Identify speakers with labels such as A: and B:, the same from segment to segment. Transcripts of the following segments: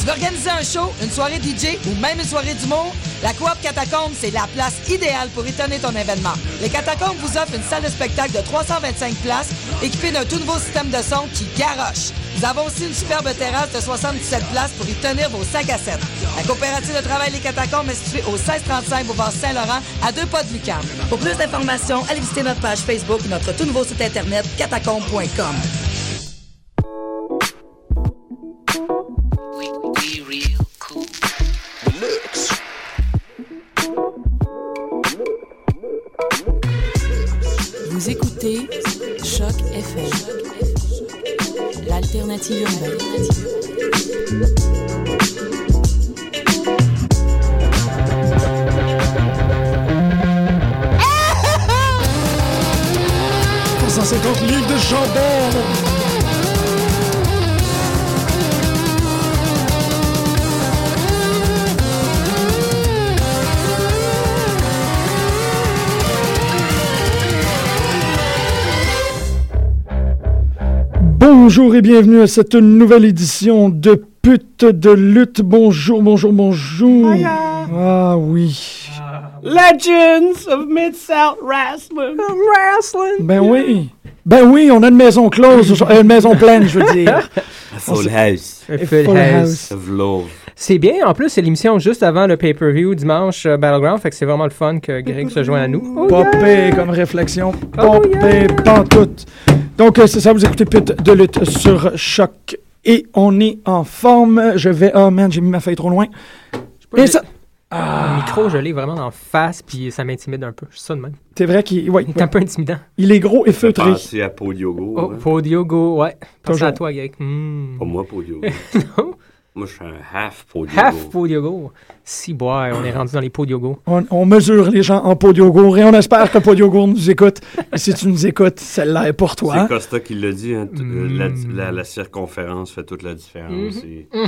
A: Tu veux organiser un show, une soirée DJ ou même une soirée d'humour? La Coop Catacombe, c'est la place idéale pour étonner ton événement. Les Catacombes vous offrent une salle de spectacle de 325 places équipée d'un tout nouveau système de son qui garoche. Nous avons aussi une superbe terrasse de 77 places pour y tenir vos 5 à 7. La coopérative de travail Les Catacombes est située au 1635 boulevard Saint-Laurent, à deux pas de Lucarne. Pour plus d'informations, allez visiter notre page Facebook et notre tout nouveau site internet catacombes.com.
B: Vous écoutez Choc FM, l'alternative urbaine.
C: Pour 150 livres de chandelle Bonjour et bienvenue à cette nouvelle édition de Pute de lutte. Bonjour, bonjour, bonjour.
D: Hiya.
C: Ah oui.
D: Legends of Mid-South Wrestling. Wrestling.
C: Ben oui. Ben oui, on a une maison close, aujourd'hui- euh, une maison pleine, je veux dire.
E: Full House.
F: A Full
C: Full
F: House.
E: Of Love.
F: C'est bien, en plus, c'est l'émission juste avant le pay-per-view dimanche euh, Battleground, fait que c'est vraiment le fun que Greg se joint à nous. Oh,
C: Pas
F: yeah!
C: pire comme réflexion. Pas
F: Oh,
C: pire, pantoute. Donc, euh, c'est ça, vous écoutez Pute de lutte sur Choc. Et on est en forme. Je vais. Oh man, j'ai mis ma feuille trop loin. Et ça.
F: Le micro, je l'ai vraiment en face, puis ça m'intimide un peu. Je suis ça de même.
C: C'est vrai qu'il ouais,
F: Il est
C: ouais.
F: un peu intimidant.
C: Il est gros et feutré.
E: Pensez à Paul Diogo.
F: Oh,
E: hein.
F: pour Diogo, ouais. Pense
C: Toujours.
F: à toi, Greg. Hmm.
E: Pas moi, Paul Diogo.
F: Non.
E: moi, je suis un half Paul Diogo.
F: Half pour Diogo. Si, boy, on est
C: Ah.
F: rendu dans les pots Diogo.
C: On, on mesure les gens en podiogour et on espère que podiogour nous écoute. Et si tu nous écoutes, celle-là est pour
E: C'est
C: toi.
E: Costa qui l'a dit. hein, t- euh, la, la-
F: Mm.
E: la circonférence fait toute la différence.
F: Mm-hmm.
E: et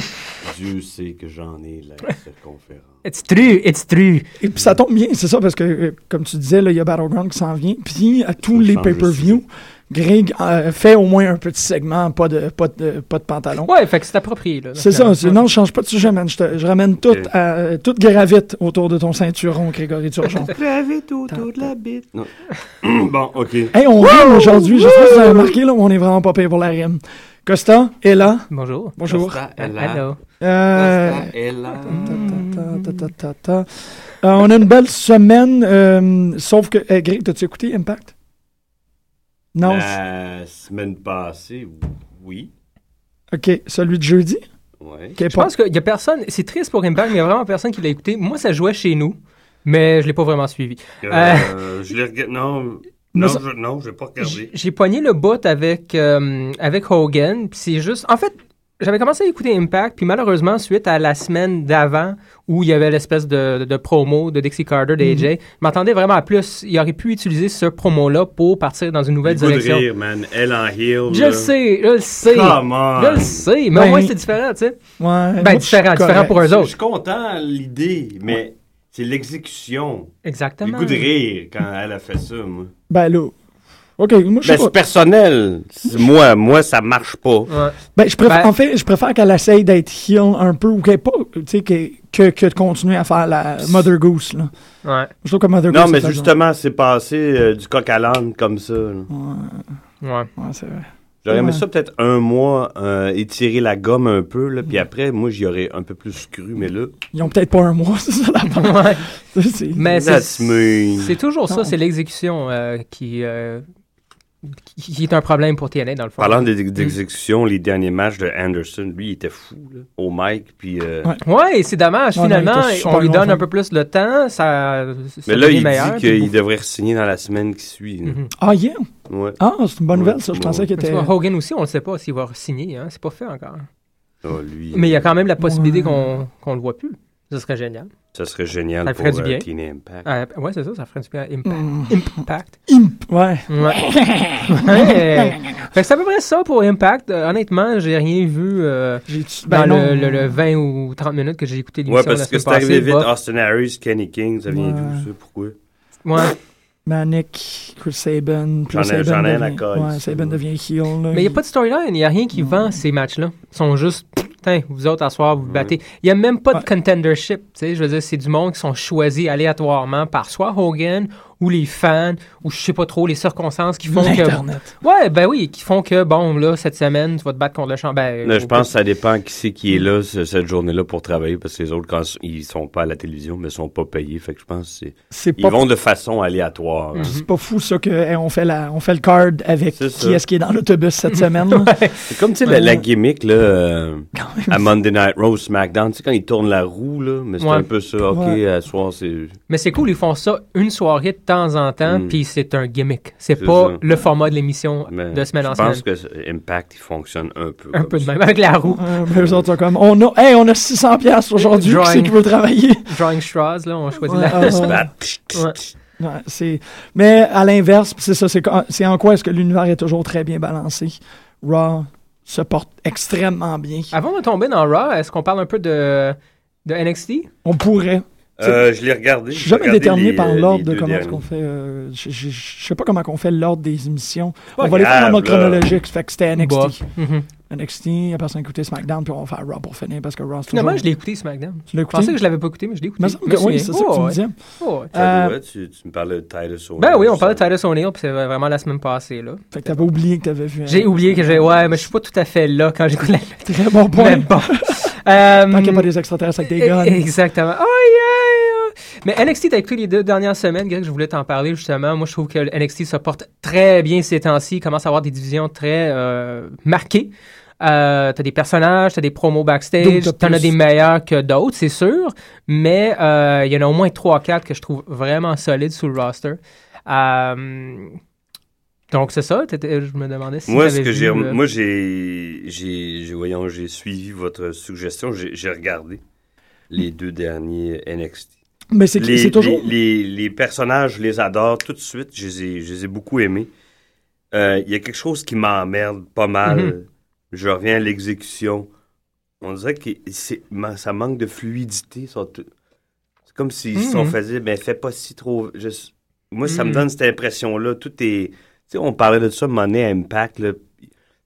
E: Dieu sait que j'en ai la circonférence.
F: It's true, it's true.
C: Et puis ça tombe bien, c'est ça, parce que, euh, comme tu disais, là, il y a Battleground qui s'en vient. Puis à tous les
E: change
C: pay-per-views, Greg euh, fait au moins un petit segment, pas de, pas de, pas de pantalon.
F: Ouais, fait que c'est approprié, là.
C: C'est ça, c'est- non, je change pas de sujet, man. Je, te- je ramène tout,
E: Ok.
C: à, euh, tout gravite autour de ton ceinturon, Grégory Turgeon.
D: Gravite autour de la bite.
E: bon, OK.
C: hey, on rime aujourd'hui, je sais pas si vous avez remarqué, là, on est vraiment pas payé pour la rime. Costa est là.
F: Bonjour.
C: Bonjour.
E: Costa est là.
F: Hello.
C: Euh,
E: Costa est là.
C: Ta, ta, ta, ta, ta. Euh, on a une belle semaine, euh, sauf que... euh, Greg, t'as-tu écouté Impact? Non?
F: Euh.
C: c'est-
E: La semaine passée, oui.
C: OK, celui de jeudi?
E: Ouais.
C: qui est
F: Je
C: pas-
F: pense qu'il y a personne, c'est triste pour Impact, mais il y a vraiment personne qui l'a écouté. Moi, ça jouait chez nous, mais je l'ai pas vraiment suivi.
E: Euh, je l'ai regardé. Non, non,
C: ça-
E: je, non, je l'ai pas
F: J-
E: regardé.
F: J'ai poigné le bout avec, euh, avec Hogan, puis c'est juste... En fait, j'avais commencé à écouter Impact, puis malheureusement, suite à la semaine d'avant, où il y avait l'espèce de, de promo de Dixie Carter, d'AJ,
E: Mhm.
F: je m'attendais vraiment à plus. Il aurait pu utiliser ce promo-là pour partir dans une nouvelle
E: Le goût de
F: direction.
E: rire, man. Elle en heel.
F: Je
E: là.
F: le sais, je le sais.
E: Come on.
F: Je le sais, mais
C: Ben,
F: au moins c'est différent, tu sais.
C: Ouais, moi,
F: Ben,
C: je suis
F: différent, différent
C: correct.
F: pour
E: Je
F: eux
E: suis
F: autres.
E: content à l'idée, mais c'est l'exécution. J'ai
F: Exactement.
E: le goût de rire quand elle a fait ça, moi.
C: Ben là... OK, moi, je sais
G: Ben,
C: pas.
G: c'est personnel. C'est- Moi, moi, ça marche pas.
F: Ouais.
C: Ben, je préfère,
F: Ben-
C: en fait, je préfère qu'elle essaye d'être heel un peu ou qu'elle est pas, tu sais, qu'elle- que, que de continuer à faire la Mother Goose. Là.
F: Ouais.
C: Je trouve que Mother Goose.
G: Non, mais
C: c'est
G: justement, c'est passé euh, du coq à l'âne comme ça. là.
C: Ouais,
F: Ouais.
C: ouais, c'est vrai.
G: J'aurais aimé
H: Ouais.
G: ça peut-être un mois, euh, étirer la gomme un peu, là, puis après, moi, j'y aurais un peu plus cru, mais là...
C: Ils ont peut-être pas un mois, c'est ça la C'est-
F: Mais c'est,
G: That's me.
F: c'est toujours
C: Non.
F: ça, c'est l'exécution euh, qui, euh, qui, qui est un problème pour TNA, dans le fond.
G: Parlant d'ex- d'exécution, les derniers matchs de Anderson, lui, il était fou, là, au mic, puis... euh,
F: Ouais, et c'est dommage.
G: Ouais, non,
F: Finalement,
G: il était super
F: on lui donne
G: longtemps.
F: un peu plus le temps. Ça, ça
G: Mais là,
F: devient
G: il
F: meilleur,
G: dit
F: puis Mm-hmm.
G: qu'il devrait signer dans la semaine qui suit. là.
C: Ah, yeah!
G: Ouais.
C: Ah, c'est une bonne nouvelle, ça. Je pensais qu'il
F: Mais tu
C: était.
F: vois, Hogan aussi, on ne sait pas s'il va signer. Hein. C'est pas fait encore.
G: Ah, lui,
F: Mais il y a quand même la possibilité qu'on qu'on le voit plus. Ce serait génial.
G: Ça serait génial
F: Ça
G: pour
F: ferait du
G: euh,
F: bien.
G: TNA Impact.
F: Ah, ouais, c'est ça, ça ferait du bien.
C: Mm.
F: Impact. Impact.
C: Ouais.
F: Ouais. Ouais. Fait que c'est à peu près ça pour Impact. Euh, honnêtement, j'ai rien vu euh,
C: ben
F: dans le,
C: non.
F: le- le 20 ou 30 minutes que j'ai écouté
G: Ouais,
F: l'émission.
G: parce que
F: la semaine
G: c'est arrivé
F: passée.
G: vite.
F: Bah,
G: Austin Harris, Kenny King, ça vient d'où ça? Pourquoi? hein.
F: Ouais.
C: Manic, Chris Saban. puis
G: J'en ai-
C: Saban
G: j'en ai un
C: devient-
G: à coller,
C: Ouais,
G: ça,
C: Saban devient heel. là.
F: Mais il n'y a pas de storyline, il n'y a rien
C: Mm.
F: qui vend ces matchs-là. Ils sont juste, tiens, vous autres, à soir,
G: Mm.
F: vous vous battez. Il n'y a même pas de contendership. tu sais. Je veux dire, c'est du monde qui sont choisis aléatoirement par soit Hogan ou les fans ou je sais pas trop les circonstances qui font
C: L'Internet.
F: que. Ouais, ben oui, qui font que, bon, là, cette semaine, tu vas te battre contre le champ. Ben,
G: Là, je
F: au-
G: pense que ça dépend qui c'est qui est là ce- cette journée-là pour travailler parce que les autres, quand s- ils sont pas à la télévision, mais sont pas payés. Fait que je pense que
C: C'est
G: c'est.
C: pas-
G: Ils vont de façon aléatoire. hein.
F: Mhm.
C: C'est pas fou, ça, que hey, on, fait la, on fait le card avec
G: ça.
C: qui est-ce qui est dans l'autobus cette semaine. là.
G: C'est comme, tu sais, la, la gimmick, là, euh, à Monday Night Raw, SmackDown, tu sais, quand ils tournent la roue, là, mais c'est
F: Ouais.
G: un peu ça. OK,
F: Ouais.
G: à soir, c'est.
F: Mais c'est cool, ils font ça une soirée de temps en temps, puis c'est un gimmick. C'est
G: Mm. C'est
F: pas
G: ça.
F: le format de l'émission
G: mais
F: de semaine en
G: Je pense
F: semaine.
G: que c'est- Impact, il fonctionne un peu.
F: Un
G: comme
F: peu de
G: ça.
F: même, avec la roue.
C: Euh, mais eux autres sont comme, on a, hey, on a 600 piastres aujourd'hui, qui c'est qui veut travailler?
F: Drawing straws, là, on choisit
C: Ouais,
F: la
C: ah, ouais. Ouais, c'est- mais à l'inverse, c'est ça, c'est qu'en- c'est en quoi est-ce que l'univers est toujours très bien balancé. Raw se porte extrêmement bien.
F: Avant de tomber dans Raw, est-ce qu'on parle un peu de, de NXT?
C: On pourrait.
G: Euh, je l'ai regardé.
C: Je suis jamais
G: regardé
C: déterminé
G: les- euh,
C: par
G: les
C: l'ordre de
G: deux
C: comment est-ce
G: derniers.
C: qu'on fait. euh, je, je- je sais pas comment qu'on fait l'ordre des émissions.
G: Pas
C: on va les faire en
G: grave,
C: mode
G: là.
C: chronologique. Fait que c'était NXT.
F: Bah. Mhm.
C: NXT, la personne a écouté SmackDown, puis on va faire Raw pour finir parce que Raw c'est
F: Finalement,
C: toujours-
F: je l'ai écouté, SmackDown.
C: Tu l'as
F: Je
C: écouté?
F: pensais que je l'avais pas écouté, mais je l'ai écouté.
C: Me semble
F: Je
C: que
F: me
C: oui,
F: souviens.
C: c'est ça que tu me
F: ouais.
C: disais.
F: Oh, ouais.
C: Euh,
G: T'as le droit, tu, tu me parlais de Titus O'Neil.
F: Ben oui, on parlait de Titus O'Neill, puis c'est vraiment la semaine passée, là.
C: Fait que t'avais oublié que t'avais vu.
F: J'ai oublié que j'ai. Ouais, mais je suis pas tout à fait là quand j'écoute la lutte.
C: Très bon point.
F: Mais hmm. bon.
C: Tant qu'il n'y a pas des extraterrestres avec des guns.
F: E, Exactement. Oh yeah! Mais NXT, t'as écouté les deux dernières semaines, Greg, je voulais t'en parler justement. Moi, je trouve que le NXT se porte très bien ces temps-ci. Il commence à avoir des divisions très euh, marquées. Euh, t'as des personnages, t'as des promos
C: Donc,
F: backstage,
C: t'as
F: t'en as
C: plus.
F: des meilleurs que d'autres, c'est sûr, mais euh, il y en a au moins 3-4 que je trouve vraiment solides sur le roster. Euh, donc, c'est ça, t'étais- je me demandais si
G: Moi, ce
F: t'avais
G: que
F: vu,
G: j'ai,
F: euh,
G: moi, j'ai, j'ai, j'ai- voyons, j'ai suivi votre suggestion. J'ai, j'ai regardé les deux derniers NXT.
C: Mais c'est qui-
G: les,
C: c'est toujours-
G: les, les, les personnages, je les adore tout de suite. Je les ai, je les ai beaucoup aimés. Euh, Il y a quelque chose qui m'emmerde pas mal.
F: Mhm.
G: Je reviens à l'exécution. On dirait que c'est, ma- ça manque de fluidité. ils sont tout- C'est comme s'ils se sont
F: Mhm.
G: faisait, mais fais pas si trop. je- Moi, ça me
F: Mhm.
G: donne cette impression-là. Tout est. Tu sais, on parlait de ça à un moment donné à Impact. Là.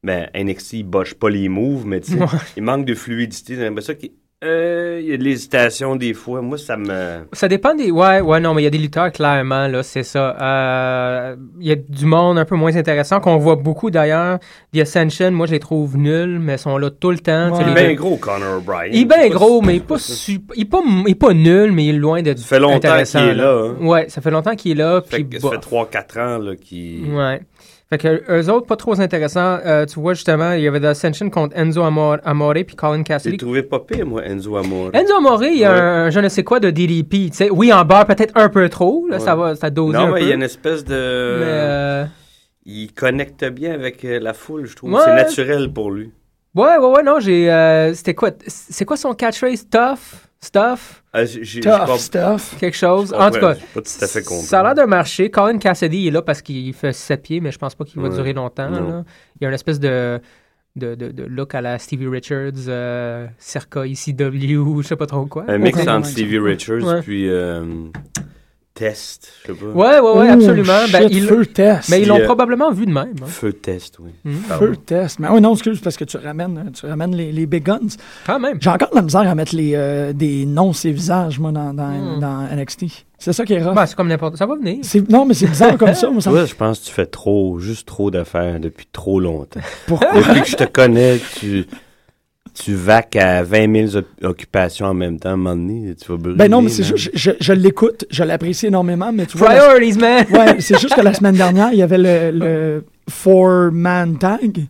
G: Ben, NXT, il botche pas les moves, mais tu sais,
F: Ouais.
G: il manque de fluidité. J'ai l'impression qu'il euh, il y a de l'hésitation des fois. Moi, ça me.
F: Ça dépend des. Ouais, ouais, non, mais il y a des lutteurs, clairement, là, c'est ça. Euh, Il y a du monde un peu moins intéressant qu'on voit beaucoup d'ailleurs. The Ascension, moi, je les trouve nuls, mais ils sont là tout le temps. Tu sais,
G: Il est
F: les
G: bien
F: deux-
G: Ben gros, Connor O'Brien.
F: Il est bien gros, mais il est pas super. Il est pas, il est pas nul, mais il est loin d'être. Ça
G: fait longtemps qu'il est là, hein.
F: Ouais, ça fait longtemps qu'il est là.
G: Fait
F: puis
G: que
F: bof.
G: ça fait 3-4 ans là, qu'il.
F: Ouais. Fait que eux autres, pas trop intéressants. Euh, tu vois, justement, il y avait The Ascension contre Enzo Amore, Amore puis Colin
G: J'ai
F: Cassidy.
G: trouvé pas pire, moi, Enzo Amore.
F: Enzo Amore, il y a
G: Ouais.
F: un je ne sais quoi de DDP. tu sais. oui, en barre peut-être un peu trop. Là, Ça
G: Ouais.
F: va, ça dose un
G: Non, mais
F: peu.
G: il y a une espèce de.
F: Mais, euh,
G: Il connecte bien avec euh, la foule, je trouve.
F: Ouais.
G: C'est naturel pour lui.
F: Ouais, ouais, ouais, non, j'ai. euh, C'était quoi C'est quoi son catchphrase Tough Stuff
G: Ah, j'ai- j'ai- je comp-
F: Quelque chose.
G: je
F: En tout
G: comprends,
F: cas,
G: j'ai pas tout à fait compris.
F: ça a l'air de marcher. Colin Cassidy est là parce qu'il fait 7 pieds, mais je pense pas qu'il va
G: Ouais.
F: durer longtemps.
G: Non.
F: là. Il y a une espèce de. De, de, de look à la Stevie Richards, euh, Circa ICW, je sais pas trop quoi.
G: Un mix
F: Aucun-
G: entre Stevie Richards
F: Ouais.
G: puis euh, test, je sais pas.
F: Ouais, ouais, ouais,
C: Ouh,
F: absolument. Ben,
C: shit,
F: ils-
C: feu test.
F: Mais ils l'ont
C: Puis, euh,
F: probablement vu de même. hein.
G: Feu test, oui.
F: Hmm.
G: Pardon.
C: Feu test. Mais oui, non, excuse, parce que tu ramènes, euh, tu ramènes les, les big guns.
F: Quand même.
C: J'ai encore de la misère à mettre les, euh, des noms, ces visages, moi, dans, dans, dans NXT. C'est ça qui est rare.
F: Ah, c'est comme n'importe Ça va venir.
C: Non, mais c'est bizarre comme ça, moi, ça me-
G: Toi, je pense que tu fais trop, juste trop d'affaires depuis trop longtemps.
C: Pourquoi?
G: Depuis que je te connais, tu, tu vaques à 20 000 op- occupations en même temps. À un moment donné, tu vas brûler.
C: Ben non, mais c'est
G: man.
C: juste, je, je- je l'écoute, je l'apprécie énormément, mais tu vois...
F: Priorities, man!
C: Ouais, c'est juste que la semaine dernière, il y avait le, le four-man tag,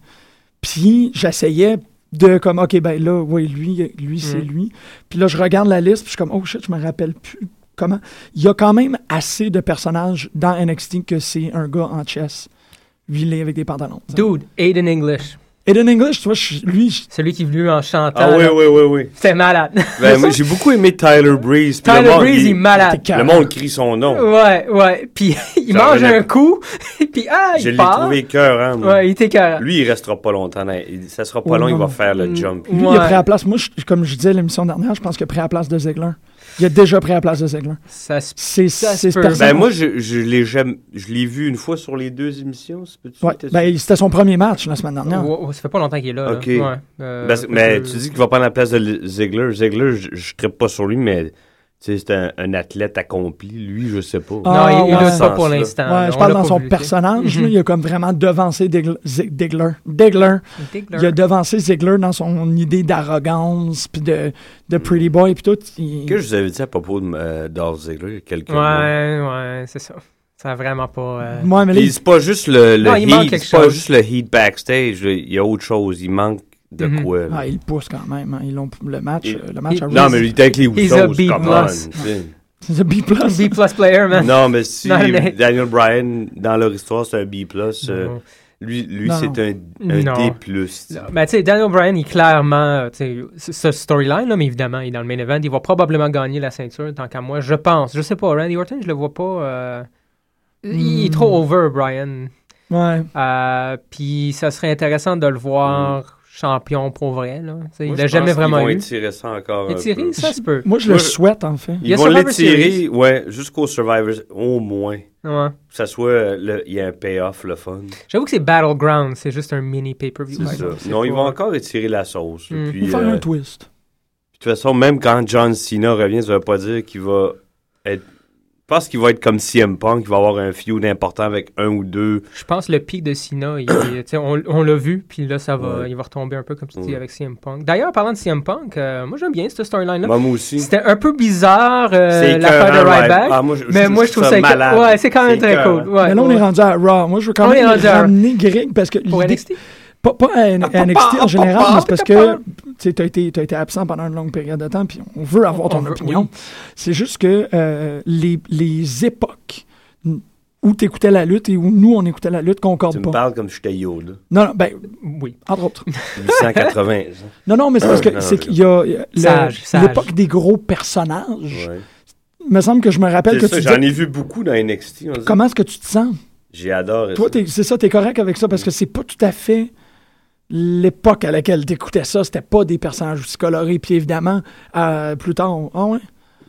C: puis j'essayais de comme, OK, ben là, oui, lui, lui, c'est
F: Mm.
C: lui. Puis là, je regarde la liste, puis je suis comme, oh shit, je me rappelle plus comment. Il y a quand même assez de personnages dans NXT que c'est un gars en chess, huilé avec des pantalons.
F: Dude, Aiden English.
C: Aiden English, tu vois, je- lui, je-
F: Celui qui est venu en chantant.
G: Ah oui,
F: là.
G: oui, oui, oui.
F: C'était malade.
G: Ben, moi, j'ai beaucoup aimé Tyler Breeze. puis le
F: Tyler
G: monde,
F: Breeze, il est malade.
G: Le monde crie son nom.
F: Ouais, ouais. Puis il
G: Ça
F: mange
G: revenait.
F: un coup, puis ah, il
G: Je l'ai
F: part.
G: trouvé cœur, hein.
F: Ouais, il était carré.
G: Lui, il restera pas longtemps. dans- il- Ça sera pas
C: Oh,
G: long, il
C: non.
G: va faire le jump.
C: lui, il
F: Ouais.
C: a pris la place. Moi, je- comme je disais l'émission dernière, je pense qu'il a pris la place de Zegler. Il a déjà pris la place de Zegler.
F: Ça se...
C: C'est
F: Ça
C: ça,
F: se
C: c'est
F: peut.
C: ce personnage.
G: Ben moi, je, je l'ai jamais, je l'ai vu une fois sur les deux émissions. c'est peut-être-
C: Ouais,
G: peut-être-
C: ben, il- c'était son premier match la semaine dernière.
F: Ouais, ouais, Oh, ça fait pas longtemps qu'il est là.
G: Ok.
F: là. Ouais. Euh,
G: Parce- Ben, mais tu dis qu'il va prendre la place de Ziegler. Ziegler, je, je trippe pas sur lui, mais tu sais, c'est un, un athlète accompli. Lui, je sais pas.
F: Non,
C: Ah,
F: il- il
C: ouais.
F: l'a pas
G: Dans
F: pour
G: ce
F: l'instant.
C: Ouais,
F: là.
C: je
F: On
C: parle
F: l'a
C: dans
F: pas
C: son
F: vu, tu sais.
C: personnage.
F: Mhm.
C: là, il a comme vraiment devancé Degler. Degler.
F: Diggler.
C: Il a devancé Ziegler dans son idée d'arrogance, puis de, de Pretty Boy, puis tout. Il-
G: Que je vous avais dit à propos de euh, Dolph Ziegler, il y a quelques mois.
F: Ouais, ouais, c'est ça. Ça a vraiment pas. euh,
C: Ouais, mais là,
G: Puis c'est pas juste le, le
F: Non, il manque
G: heat,
F: quelque
G: c'est pas
F: chose.
G: juste le heat backstage. là. Il y a autre chose. Il manque de
F: Mhm.
G: quoi.
C: il-
G: là.
C: ah, il pousse quand même. hein. Ils l'ont le match.
G: Il-
C: euh, le match
F: il-
C: à
G: non, mais
C: Raw,
G: il était avec les
F: He's a
G: Usos,
F: beat
G: come on,
F: boss.
G: tu sais.
C: c'est c'est B+.
F: B plus player, man.
G: Non, mais si
F: Non, mais-
G: Daniel Bryan, dans leur histoire, c'est un B+, euh,
F: Non.
G: lui, lui
C: Non,
G: c'est un, un
F: Non.
G: D+. tu sais.
F: Non, Mais Ben, tu sais, Daniel Bryan, il clairement, euh, tu sais, ce- ce storyline, là, mais évidemment, il est dans le main event. Il va probablement gagner la ceinture, tant qu'à moi, je pense. Je sais pas, Randy Orton, je le vois pas. euh, Il est
G: Hmm.
F: trop over, Bryan.
C: Ouais.
F: Euh, Puis ça serait intéressant de le voir champion pour vrai. Là. Tu sais,
G: Hmm. Moi,
F: il
G: je
F: l'a
G: pense
F: jamais vraiment
G: qu'ils vont
F: eu.
G: étirer ça encore un
F: Étirer,
G: peu.
F: ça se peut.
C: Moi, je
G: euh, Moi,
C: le
G: je-
C: souhaite, en fait.
F: Il y a
G: Ils vont
F: Survivor
G: l'étirer,
F: Series.
G: ouais, jusqu'au Survivor, au moins.
F: Ouais.
G: Que ça soit, euh, le- il y a un payoff, le fun.
F: J'avoue que c'est Battleground, c'est juste un mini pay-per-view.
G: C'est
F: par
G: ça.
F: exemple. C'est
G: Non, ils
F: pas-
G: vont encore étirer la sauce.
F: Mm.
G: Puis,
C: Faire
G: euh,
C: un
G: puis
C: twist.
G: de toute façon, même quand John Cena revient, ça veut pas dire qu'il va être... Je pense qu'il va être comme CM Punk, il va avoir un feud important avec un ou deux.
F: Je pense que le pic de Cena, il- tu sais, on, on l'a vu, puis là, ça va,
G: Ouais.
F: il va retomber un peu comme tu dis
G: Ouais.
F: avec CM Punk. D'ailleurs, parlant de CM Punk, euh, moi j'aime bien cette storyline-là.
G: Moi, moi aussi.
F: C'était un peu bizarre
G: C'est
F: euh, l'affaire de
G: écœurant,
F: Ryback,
G: Ah, moi, je-
F: mais moi je trouve ça, éco-
G: malade.
F: Ouais, c'est quand même
G: C'est
F: très cool.
G: écœurant.
F: Ouais,
C: mais là, on
F: ouais.
C: est rendu à Raw. Moi, je veux quand
F: On est
C: même
F: rendu à Raw.
C: ramener Greg, parce que
F: pour
C: l'idée-
F: NXT.
C: Pas, pas à,
F: Ah,
C: N- à NXT en général, mais c'est parce que tu as été, t'as été absent pendant une longue période de temps, puis on veut avoir ton
F: On veut-
C: opinion. C'est juste que euh, les, les époques où tu écoutais la lutte et où nous, on écoutait la lutte,
G: Tu
C: concordent
G: me
C: pas.
G: parles comme si j'étais Yoda.
C: Non, non, ben,
F: Oui.
C: entre autres.
G: 880.
C: Non, non, mais c'est parce
G: Non,
C: que
G: non,
C: c'est qu'il y a euh, le-
F: Sage, sage.
C: l'époque des gros personnages.
G: ouais.
C: Il me semble que je me rappelle que
G: C'est
C: tu
G: ça, j'en
C: dis-
G: ai vu beaucoup dans NXT. on dirait.
C: Comment est-ce que tu te sens?
G: J'ai adoré
C: Toi,
G: ça.
C: t'es- c'est ça, t'es correct avec ça parce que c'est pas tout à fait l'époque à laquelle t'écoutais ça. C'était pas des personnages aussi colorés. Puis évidemment, euh, plus tard, on- ah ouais.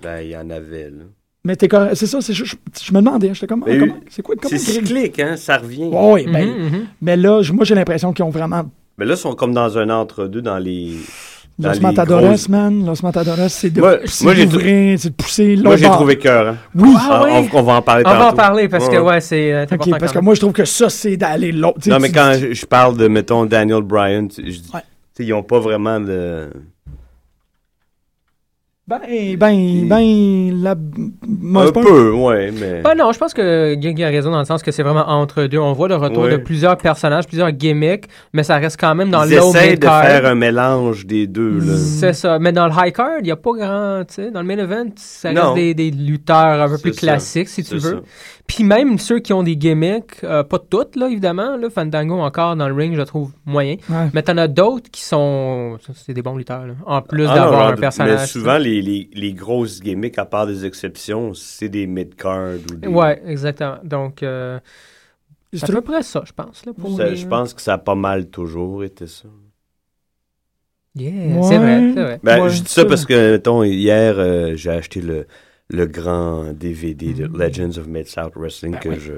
G: Ben, il y en avait, là.
C: Mais t'es correct. C'est ça, c'est juste- je, je me demandais, j'étais comme, ah,
G: Mais
C: comment- c'est quoi, comment
G: C'est cyclique, hein? Ça revient.
C: Oui, ben,
F: Mhm, mhm.
C: mais là, je- moi, j'ai l'impression qu'ils ont vraiment.
G: Mais là, ils sont comme dans un entre-deux, dans les... Dans
C: Los
G: les
C: Matadores,
G: grosses-
C: man. Los Matadores, c'est de
G: Moi-
C: c'est
G: moi, j'ai
C: d'ouvrir, c'est de pousser.
G: Moi,
C: l'autre
G: j'ai
C: bord.
G: trouvé cœur, hein.
C: Oui!
F: Ah
G: On-
F: ouais?
G: on, on va en parler
F: On va en
G: tantôt.
F: parler parce que
G: Ouais, ouais.
F: ouais, c'est euh, c'est
C: Ok,
F: important
C: parce que
F: quand
C: moi, je trouve que ça, c'est d'aller l'autre. Tu sais,
G: Non, mais
C: tu-
G: quand je, je parle de, mettons, Daniel Bryan, tu- je dis...
C: Ouais.
G: tu sais, Ils ont pas vraiment de...
C: Ben, ben, ben, la. moi,
G: Mm. Un
C: c'est pas
G: peu, ouais, mais...
F: Ah non, je pense que Greg a raison dans le sens que c'est vraiment entre deux. On voit le retour
G: Ouais.
F: de plusieurs personnages, plusieurs gimmicks, mais ça reste quand même dans
G: Ils
F: le low
G: essaient
F: mid
G: de faire un mélange des deux, là.
F: C'est ça. Mais dans le high card, il n'y a pas grand. tu sais, Dans le main event, ça
G: Non.
F: reste des, des lutteurs un peu
G: C'est
F: plus
G: ça.
F: classiques, si tu
G: C'est
F: veux.
G: ça.
F: Puis même ceux qui ont des gimmicks, euh, pas toutes, là, évidemment. Là, Fandango encore dans le ring, je le trouve moyen.
C: Ouais.
F: Mais t'en as d'autres qui sont. C'est des bons lutteurs, là. En plus
G: Ah non,
F: d'avoir
G: genre,
F: un personnage.
G: Mais souvent, les, les, les grosses gimmicks, à part des exceptions, c'est des mid-card ou des...
F: Ouais, exactement. Donc, euh, c'est à
C: C'est-
F: peu près ça, je pense. Là, pour
G: Ça,
F: les-
G: je pense que ça a pas mal toujours été ça.
F: Yeah, c'est vrai,
C: Ouais.
F: c'est vrai.
G: Ben,
C: Ouais,
G: je dis ça
C: c'est
G: parce que, mettons, hier, euh, j'ai acheté le, le grand DVD de Legends of Mid-South Wrestling
F: Mm. Ben
G: que
F: oui.
G: je,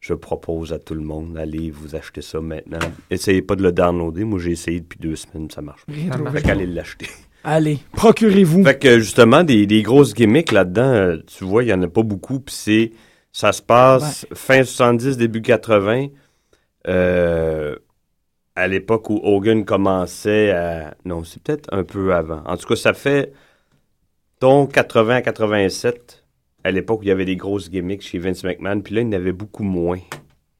G: je propose à tout le monde. Allez vous acheter ça maintenant. Essayez pas de le downloader. Moi, j'ai essayé depuis deux semaines, ça marche pas.
C: Rien trouvé.
G: Fait qu'allez l'acheter.
C: Allez, procurez-vous.
G: Fait que justement, des, des grosses gimmicks là-dedans, euh, tu vois, il n'y en a pas beaucoup. Puis c'est. Ça se passe fin 70, début 80. euh, à l'époque où Hogan commençait à. Non, c'est peut-être un peu avant. En tout cas, ça fait. Ton 80 à 87, à l'époque où il y avait des grosses gimmicks chez Vince McMahon, puis là, il y en avait beaucoup moins.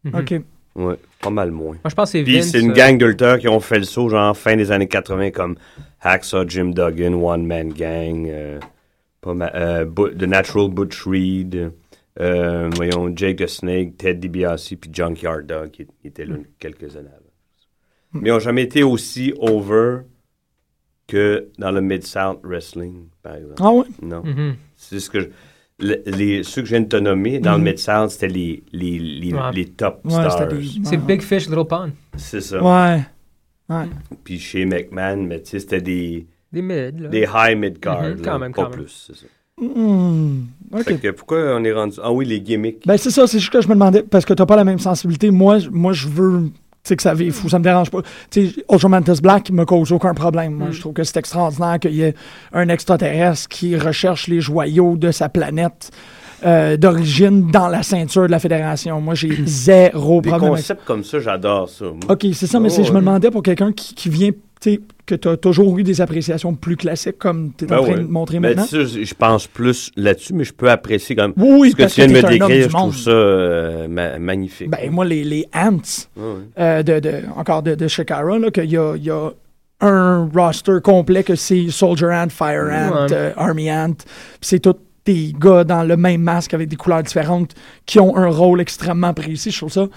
F: Mhm. OK.
G: Ouais, pas mal moins.
F: Moi, je pense que c'est
G: Puis
F: Vince,
G: c'est une
F: euh,
G: gang de lutteurs qui ont fait le saut, genre, fin des années 80, comme Hacksaw Jim Duggan, One Man Gang, euh, pas ma- euh, Bu- The Natural Butch Reed, euh, voyons, Jake the Snake, Ted DiBiase, puis Junkyard Dog, qui qui était là quelques années avant. Mais ils n'ont jamais été aussi over que dans le Mid-South Wrestling, par exemple.
C: Ah oui?
G: Non.
C: Mhm.
G: C'est ce que je- le- les, ceux que je viens de te nommer, dans
C: Mhm.
G: le Mid-South, c'était les, les, les,
F: Ouais.
G: les top
C: Ouais,
G: stars.
C: c'était des-
F: euh, C'est Big Fish, Little Pond.
G: C'est ça.
C: Ouais. Ouais.
G: Puis chez McMahon, mais tu sais, c'était des,
F: Des mid, là.
G: des high mid-card,
F: Mhm,
G: là,
F: quand même,
G: pas
F: quand même.
G: plus. c'est ça.
C: Hmm, OK.
G: Fait que pourquoi on est rendu... Ah oui, les gimmicks.
C: Ben, c'est ça, c'est juste que je me demandais, parce que t'as pas la même sensibilité. Moi, je- moi je veux, tu sais, que ça vive fou, ça me dérange pas. Tu sais, Ultra Mantis Black me cause aucun problème.
G: Hmm.
C: Moi, je trouve que c'est extraordinaire qu'il y ait un extraterrestre qui recherche les joyaux de sa planète euh, d'origine dans la ceinture de la Fédération. Moi, j'ai zéro
G: Des
C: problème avec ça.
G: concepts comme ça, j'adore ça. moi.
C: OK, c'est ça, mais
G: Oh,
C: c'est- je me
G: ouais.
C: demandais pour quelqu'un qui, qui vient, tu sais, que t'as toujours eu des appréciations plus classiques comme t'es
G: Ben
C: en train
G: ouais.
C: de montrer
G: Ben,
C: maintenant.
G: tu sais, je pense plus là-dessus, mais je peux apprécier quand même.
C: Oui, oui,
G: ce que
C: parce
G: tu viens de
C: que
G: me
C: t'es un homme
G: décrire,
C: du
G: je trouve
C: monde.
G: ça euh, ma- magnifique.
C: Ben, moi, les, les Ants,
G: Ouais, ouais.
C: euh, de, de- encore de, de Shakara, là, qu'il y a, il y a un roster complet que c'est Soldier Ant, Fire Ant,
F: Ouais.
C: euh, Army Ant. Puis c'est tous des gars dans le même masque avec des couleurs différentes qui ont un rôle extrêmement précis. Je trouve ça.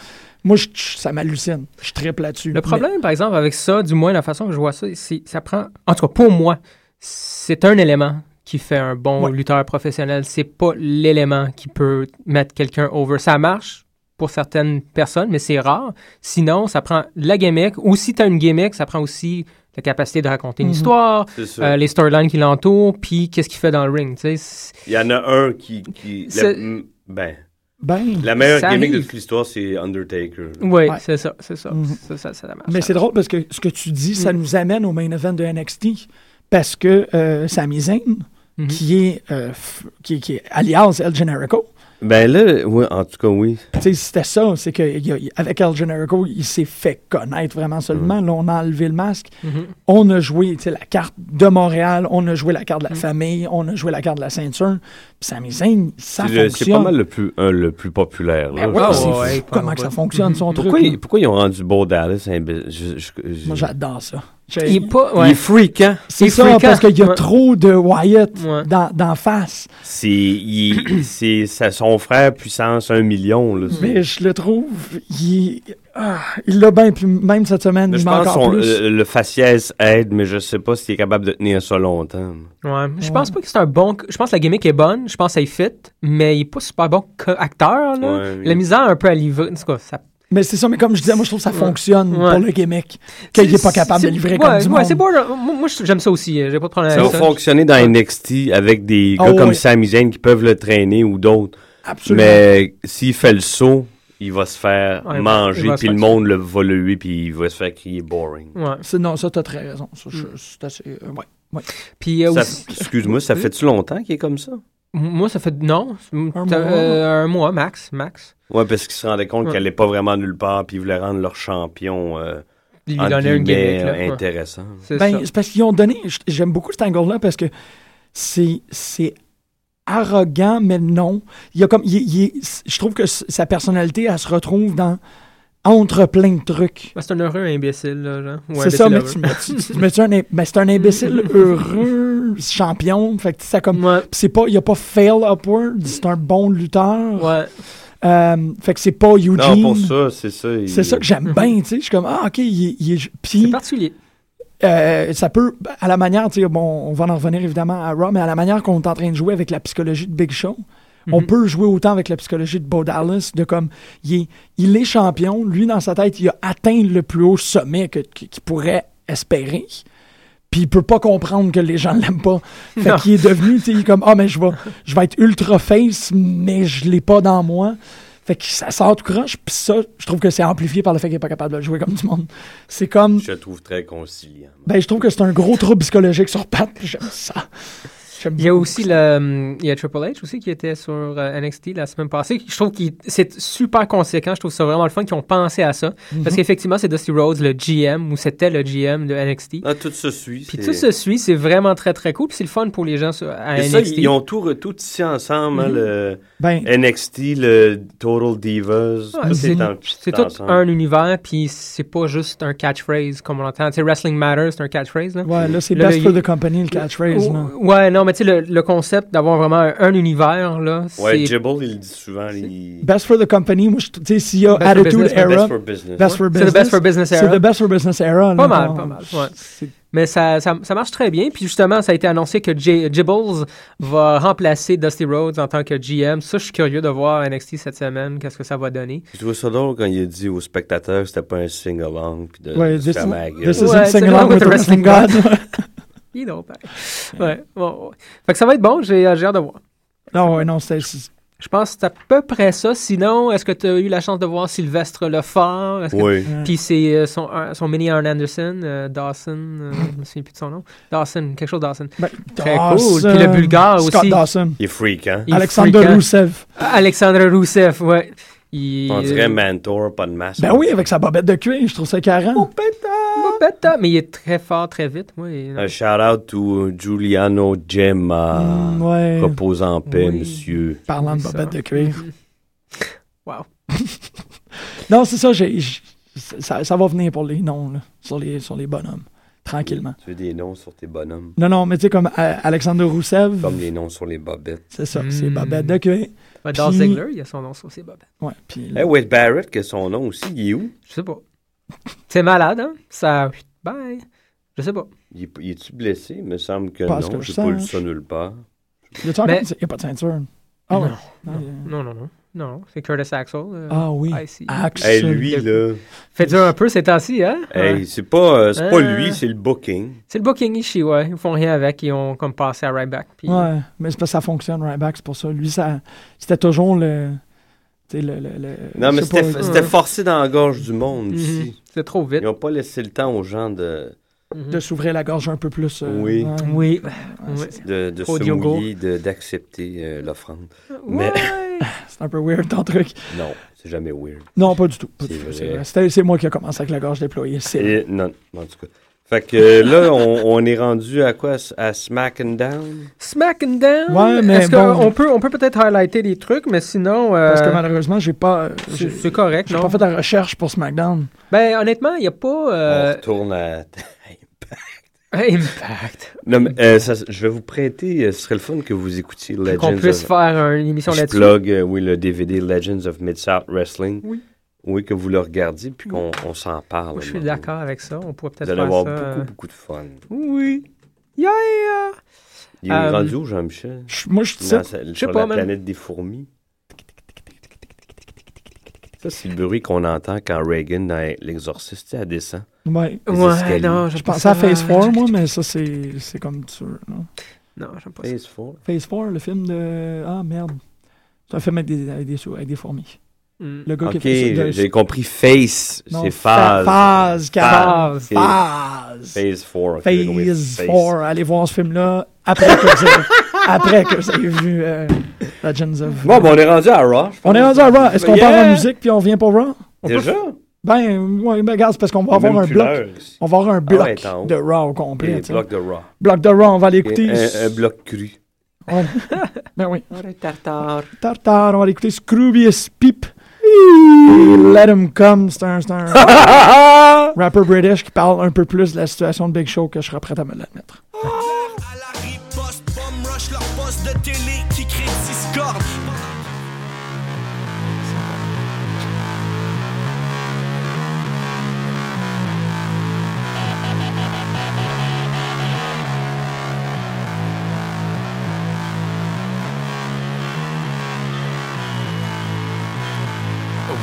C: Moi, je- je- ça m'hallucine. Je tripe là-dessus.
F: Le problème, par exemple, avec ça, du moins la façon que je vois ça, c'est ça prend. En tout cas, pour moi, c'est un élément qui fait un bon
C: Ouais.
F: lutteur professionnel. C'est pas l'élément qui peut mettre quelqu'un over. Ça marche pour certaines personnes, mais c'est rare. Sinon, ça prend la gimmick. Ou si tu as une gimmick, ça prend aussi la capacité de raconter une
C: Mhm.
F: histoire,
G: C'est ça.
F: euh, les storylines qui l'entourent, puis qu'est-ce qu'il fait dans le ring. tu sais. C'est-
G: Il y en a un qui... qui la,
F: C'est-
G: mm, ben,
C: Ben,
G: la meilleure
F: Ça
G: gimmick de
F: arrive.
G: toute l'histoire, c'est Undertaker. là.
F: Oui,
C: Ouais.
F: c'est ça, c'est ça.
C: Mhm.
F: ça, ça, Ah, ça Mm. marche.
C: Mais c'est drôle parce que ce que tu dis, ça nous amène au main event de NXT parce que euh, Sami Zayn,
F: Mhm.
C: qui, est, euh, f- qui, qui est alias El Generico,
G: Ben là, oui, en tout cas, oui.
C: Tu sais, c'était ça, c'est que il y a- il- avec El Generico, il s'est fait connaître vraiment seulement.
F: Mm-hmm.
C: Là, on a enlevé le masque. On a joué tu sais, la carte de Montréal, on a joué la carte de
F: Mm-hmm.
C: la famille, on a joué la carte de la ceinture. Puis Sami Zayn, ça
G: C'est le- C'est
C: fonctionne.
G: pas mal le plus, un, le plus populaire. là,
C: Ben
G: je
C: ouais,
G: pense.
C: c'est fou
F: Ah, ouais,
C: comment
F: ouais.
C: que ça fonctionne, son
G: Pourquoi,
C: truc. là.
G: ils, pourquoi ils ont rendu beau Dallas imbé- je- je- je-
C: Moi, j'adore ça. J'ai-
F: Il est pas.
G: Il est
F: ouais.
G: freakant.
C: C'est
F: il est
C: ça,
F: fréquent.
C: parce qu'il y a
F: Ouais.
C: trop de Wyatt
F: Ouais.
C: dans, dans face.
G: C'est il- c'est sa- son frère puissance un million. Là,
C: Mais je le trouve, il ah, il l'a bien plus. Même cette semaine,
G: Mais
C: il
G: je
C: m'a
G: pense
C: encore
G: son-
C: plus.
G: euh, le faciès aide, mais je sais pas s'il est capable de tenir ça longtemps.
F: Ouais, je pense pas que c'est un bon. Je pense que la gimmick est bonne, je pense que ça y fit, mais il est pas super bon co- acteur. Là.
G: Ouais,
F: La
G: il-
F: misère un peu à livrer. En tout cas, ça.
C: Mais c'est ça, mais comme je disais, moi je trouve que ça fonctionne
F: Ouais.
C: pour le gimmick. Qu'il n'est pas capable de
F: C'est-
C: livrer
F: ouais,
C: comme du
F: ouais,
C: monde.
F: c'est border- Moi, moi, j'aime ça aussi. euh, J'ai pas de problème
G: Ça va
F: avec ça.
G: fonctionner dans NXT avec des
C: Ah
G: gars comme
C: ouais.
G: Sami Zayn qui peuvent le traîner ou d'autres.
C: Absolument.
G: Mais euh, s'il fait le saut, il va se faire
F: Ouais, il va- il
G: manger,
F: va se
G: puis
F: faire
G: le monde le va le huer, puis il va se faire crier boring.
F: Ouais.
C: C'est- Non, ça, t'as très raison. Ça, je-
F: Mm.
C: c'est assez. euh, ouais. ouais.
F: Puis, euh,
G: Ça-
F: aussi-
G: Excuse-moi, ça fait-tu longtemps qu'il est comme ça?
F: moi, ça fait. Non. Un,
C: mois.
F: euh, un mois, max. max.
G: Ouais, parce qu'ils se rendaient compte
F: Ouais.
G: qu'elle n'allait pas vraiment nulle part, puis ils voulaient rendre leur champion euh,
F: Il lui
G: entre
F: donnait une
G: guillemets, euh,
F: gimmick. Là, ouais.
G: intéressant.
F: C'est
C: Ben,
F: ça.
C: c'est parce qu'ils ont donné. j- J'aime beaucoup cet angle-là parce que c'est. c'est arrogant, mais non. Il y a comme. il- il est- je trouve que s- sa personnalité, elle se retrouve dans. entre plein de trucs.
F: Ben, c'est un heureux imbécile. Là, genre. Ou
C: c'est ça,
F: imbécile
C: mais
F: heureux.
C: tu, mais tu- tu- mais tu es un, im- mais c'est un imbécile heureux, champion. Fait que ça comme.
F: Ouais.
C: c'est pas, il a pas fail upward, c'est un bon lutteur.
F: Ouais.
C: Euh, fait que c'est pas Eugene.
G: Non, pour ça, c'est ça. il-
C: C'est ça que j'aime bien, tu sais. Je suis comme, ah, OK, il est- il est.
F: C'est
C: Puis,
F: particulier.
C: euh, ça peut, à la manière, tu sais, bon, on va en revenir évidemment à Raw, mais à la manière qu'on est en train de jouer avec la psychologie de Big Show, on
F: Mhm.
C: peut jouer autant avec la psychologie de Bo Dallas, de comme, il est, il est champion, lui, dans sa tête, il a atteint le plus haut sommet que- que- qu'il pourrait espérer. puis il peut pas comprendre que les gens l'aiment pas. Fait qu'il est devenu, tu sais, il est comme, ah, mais je vais, je vais être ultra face, mais je l'ai pas dans moi. Fait que ça sort tout croche, puis ça, je trouve que c'est amplifié par le fait qu'il est pas capable de le jouer comme du monde. C'est comme,
G: Je le trouve très conciliant.
C: ben, je trouve que c'est un gros trouble psychologique sur Pat, j'aime ça. J'aime
F: Il y a
C: beaucoup
F: aussi le, hum, il y a Triple H aussi qui était sur euh, NXT la semaine passée. Je trouve que c'est super conséquent. Je trouve ça vraiment le fun qu'ils ont pensé à ça.
G: Mhm.
F: Parce qu'effectivement, c'est Dusty Rhodes, le GM, ou c'était le GM de NXT.
G: Ah, tout se suit.
F: Puis
G: c'est-
F: tout se suit. C'est vraiment très, très cool. Puis c'est le fun pour les gens sur- à
G: Et
F: NXT.
G: ça, ils ont tout, re- tout tissé ensemble, hein, le
F: Eh,
C: Ben.
G: NXT, le Total Divas.
F: Ouais,
G: tout
F: c'est
G: est en-
F: c'est
G: tout est
F: tout
G: ensemble.
F: un univers, puis c'est pas juste un catchphrase comme on l'entend. Tu sais, Wrestling Matters, c'est un catchphrase. Là.
C: Ouais, là, c'est
F: Là,
C: best
F: là,
C: for
F: il-
C: the company, le catchphrase. là.
F: Ou- Ouais, non, mais tu sais, le, le concept d'avoir vraiment un, un univers, là,
G: Ouais,
F: c'est-
G: Jibble, il le dit souvent. Il...
C: Best for the company, moi, je- tu sais, s'il y a
F: Best for
C: Attitude
F: business, mais
C: Era,
G: Best for business.
C: Best for
F: C'est le
C: Business.
F: best for business era.
C: C'est the best for business era.
F: Pas
C: là,
F: mal,
C: bon.
F: pas mal, ouais.
C: C'est-
F: Mais ça, ça, ça marche très bien. Puis justement, ça a été annoncé que J- Jibbles va remplacer Dusty Rhodes en tant que GM. Ça, je suis curieux de voir NXT cette semaine, qu'est-ce que ça va donner.
G: Je trouve ça drôle quand il a dit aux spectateurs que c'était pas un sing-along. puis de-
C: Ouais,
G: de se
C: this,
G: faire ma gueule.
C: this is
F: euh, Ouais,
C: him singing
F: c'est
C: along with the wrestling god.
F: Il est pareil. hein. Ouais, bon, ouais. Fait que ça va être bon, j'ai euh, j'ai hâte de voir.
C: non, ouais, non, c'était. c'est-
F: Je pense que c'est à peu près ça. Sinon, est-ce que tu as eu la chance de voir Sylvestre Lefort? Est-ce que-
G: Oui.
F: Puis c'est euh, son, un- son mini Arn Anderson, euh, Dawson, euh, je me souviens plus de son nom. Dawson, quelque chose Dawson.
C: ben,
F: Très
C: Dawson,
F: cool. Puis le Bulgare
C: Scott
F: aussi.
C: Dawson.
G: Il est freak, hein?
F: Il est
C: Alexander
F: freakant.
C: Rousseff.
F: Alexandre Rousseff, ouais. Il-
G: On dirait Mentor, pas de masque.
C: euh, Ben oui, avec sa bobette de cuir, je trouve ça carrément.
F: Bobetta, hein, mais il est très fort, très vite. Moi, il-
G: Un shout-out to Giuliano Gemma.
C: Mm, ouais.
G: Repose en paix,
F: Oui.
G: monsieur.
C: Parlant de
F: Ça.
C: bobette de cuir.
F: Wow.
C: Non, c'est ça, j'ai- j'- ça, ça va venir pour les noms, là, sur, les, sur les bonhommes. Tranquillement.
G: Tu veux des noms sur tes bonhommes?
C: Non, non, mais tu sais, comme euh, Alexander Rousseff,
G: Comme les noms sur les bobettes.
C: c'est ça,
F: Mm.
C: c'est bobette de cuir.
F: Ouais, Dolph
C: Puis-
F: Ziggler, il a son nom sur ses bobettes.
C: Ouais, puis
G: Eh, Wade Barrett, que son nom aussi, il est où?
F: Je sais pas. C'est malade, hein? Ça. Bye. Je sais pas.
G: Il, est- il est-tu blessé? Il me semble que
C: Pas à ce
G: non.
C: que je
G: J'ai pas lu
C: sache.
G: ça nulle part.
C: Y a-tu encore-
F: Mais-
C: y a pas de ceinture. Ah ouais. Non, y a-
F: Non, non, non. Non, non. c'est Curtis Axel. euh,
C: Ah oui.
F: IC.
C: Axel.
G: Hey, Eh, lui, là.
F: Fait dur un peu ces temps-ci, hein? Ouais.
G: Hey, c'est pas, euh, c'est pas
F: Euh.
G: lui, c'est le booking.
F: C'est le booking ici, ouais. Ils font rien avec. Ils ont comme passé à right back. Puis...
C: Ouais, mais c'est parce que ça fonctionne, right back, c'est pour ça. Lui, ça, c'était toujours le. Tu sais, le, le, le-
G: Non,
C: je sais pas,
G: mais c'était
C: euh, Mm-hmm.
G: c'était forcé dans la gorge du monde
F: Mhm.
G: ici.
F: C'est trop vite. Mhm.
G: Ils ont pas laissé le temps aux gens de,
C: De s'ouvrir la gorge un peu plus. euh,
G: Oui.
C: ouais.
F: Oui. Oui.
G: de, de
F: Trop
G: se
F: diogo.
G: mouiller, de- d'accepter euh, l'offrande. Mais-
F: Ouais.
C: C'est un peu weird ton truc.
G: Non, c'est jamais weird.
C: Non, pas du tout. pas
G: C'est
C: du tout,
G: vrai.
C: c'est vrai. C'était- C'est moi qui ai commencé avec la gorge déployée. C'est
G: Et, non, en tout cas. Fait que euh, là, on, on est rendu à quoi? À Smack and Down?
F: Smack and down.
C: Ouais, mais
F: Est-ce
C: bon.
F: qu'on peut, on peut peut-être highlighter des trucs, mais sinon. euh,
C: Parce que malheureusement, j'ai pas. euh,
F: c'est-
C: J'ai
F: c'est correct,
C: j'ai
F: non?
C: pas fait de recherche pour SmackDown.
F: Ben, honnêtement, il n'y a pas. euh,
G: On retourne à...
F: Impact.
G: Non, mais euh, ça, je vais vous prêter, euh, ce serait le fun que vous écoutiez Legends
F: Qu'on puisse
G: of...
F: faire un- une émission
G: Je
F: là-dessus.
G: plug, euh, oui, le DVD Legends of Mid-South Wrestling.
F: Oui.
G: Oui, que vous le regardiez, puis qu'on on s'en parle.
F: Moi, je suis
G: maintenant.
F: d'accord avec ça. On pourrait peut-être
G: Vous
F: faire
G: allez avoir
F: ça. euh,
G: beaucoup, beaucoup de fun.
F: Oui. Yeah!
G: Il est
F: Euh,
G: rendu où, Jean-Michel?
C: Je- Moi, je suis
G: Dans sa-
F: sais
G: Sur
F: pas,
G: la
F: man.
G: planète des fourmis. Ça, c'est le bruit qu'on entend quand Reagan, dans L'Exorciste, tu sais, elle descend.
C: Ouais.
G: Les
F: Ouais,
G: escaliers.
F: non, j'aime
C: Je
F: pas
C: pensais à
F: ça.
C: Phase 4, moi, mais ça, c'est c'est comme tu veux, non?
F: Non, j'aime pas ça.
G: Phase 4.
C: Phase 4, le film de. Ah, merde. C'est un film avec des, avec des, sou- avec des fourmis.
F: Mm.
C: Le gars
G: Ok,
C: qui a fait ça. de-
G: j'ai compris face,
C: Non,
G: c'est
C: fa-
G: phase.
C: Phase, Phase.
F: Phase.
G: Ok,
C: Phase.
G: Phase 4.
C: Phase 4. Allez voir ce film-là après que vous avez, après que vous avez vu euh, Legends of.
G: Bon, ben, on est rendu à Raw. je
C: On est rendu à Raw. Est-ce qu'on
G: Yeah.
C: part en musique puis on revient pour Raw?
G: pense. Déjà?
C: Ben, ouais, ben, regarde, c'est parce qu'on va
G: On est
C: avoir
G: même
C: un
G: plus
C: bloc.
G: l'heure. Ah
C: On va avoir un bloc
G: ouais, t'en haut.
C: de Raw au
G: Et
C: complet.
G: les
C: tu sais.
G: blocs de Raw.
C: Bloc de Raw, on va
G: Et
C: l'écouter.
G: Un, un bloc cru.
C: Ouais. ben oui.
D: Tartare.
C: Tartare, on va l'écouter Scroobius Peep. Let him come. C'est un, c'est un rapper british qui parle un peu plus de la situation de Big Show que je serais prêt à me l'admettre.
I: À la riposte, bomb rush leur poste de télé qui crée discorde.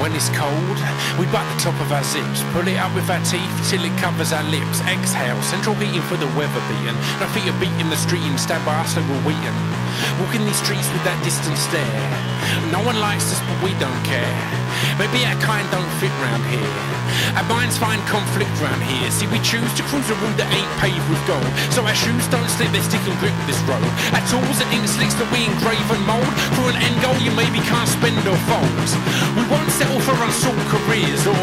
J: when it's cold. We bite the top of our zips, pull it up with our teeth till it covers our lips. Exhale, central heating for the weather beaten. Our feet are beating the street and stand by us like we're waiting. Walking these streets with that distant stare. No one likes us, but we don't care. Maybe our kind don't fit round here. Our minds find conflict round here. See, we choose to cruise a road that ain't paved with gold. So our shoes don't slip, they stick and grip this road. Our tools are instincts that we engrave and mold. For an end goal you maybe can't spend or fold. We won't settle for unsought careers or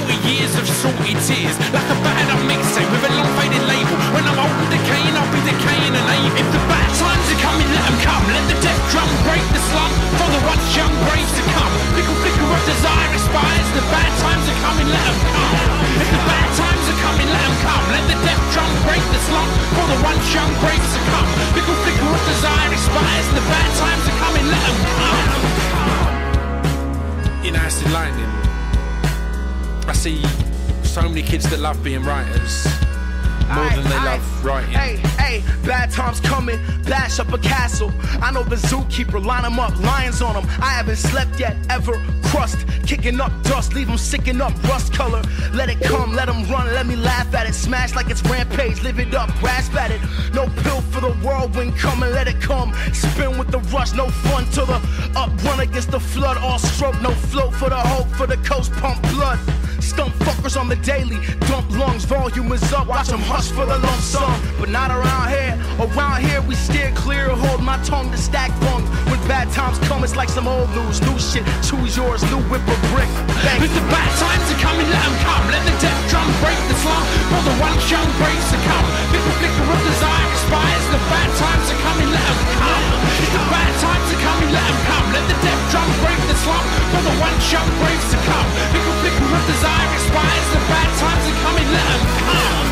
J: 40 years of salty tears. Like a battered up mixtape with a long faded label. When I'm old and decaying, I'll be decaying and aim. If the bad times are coming, let them come. Let the death drum break the slum for the once young braves to come. Little flicker of desire expires. The bad times are coming, let them come. If the bad times are coming, let them come. Let the death drum break the slum for the once young braves to come. Little flicker of desire expires. The bad times are coming, let them come. In Acid Lightning, I see so many kids that love being writers more than they love writing.
K: Hey, hey, bad times coming, bash up a castle. I know the zookeeper, line 'em up, lions on 'em. I haven't slept yet, ever crust. Kicking up dust, leave 'em sicking up rust color. Let it come, let 'em run, let me laugh at it. Smash like it's rampage, live it up, grasp at it. No pill for the whirlwind, come and let it come. Spin with the rush, no fun till the up run against the flood. All stroke, no float for the hope, for the coast, pump blood. Stump fuckers on the daily, dump lungs, volume is up, watch 'em hush for the lump sum. But not around here, around here we steer clear, hold my tongue to stack bung. When bad times come, it's like some old news, new shit, choose yours, new whip or brick. Thank
J: If the bad times are coming, let 'em come. Let the death drum break the slum for the one young braves to come. Little flicker of desire expires. The bad times are coming, let 'em come. If the bad times are coming, let 'em come. Let the death drum break the slum for the one young braves to come. Little flicker of desire expires. The bad times are coming, let 'em come.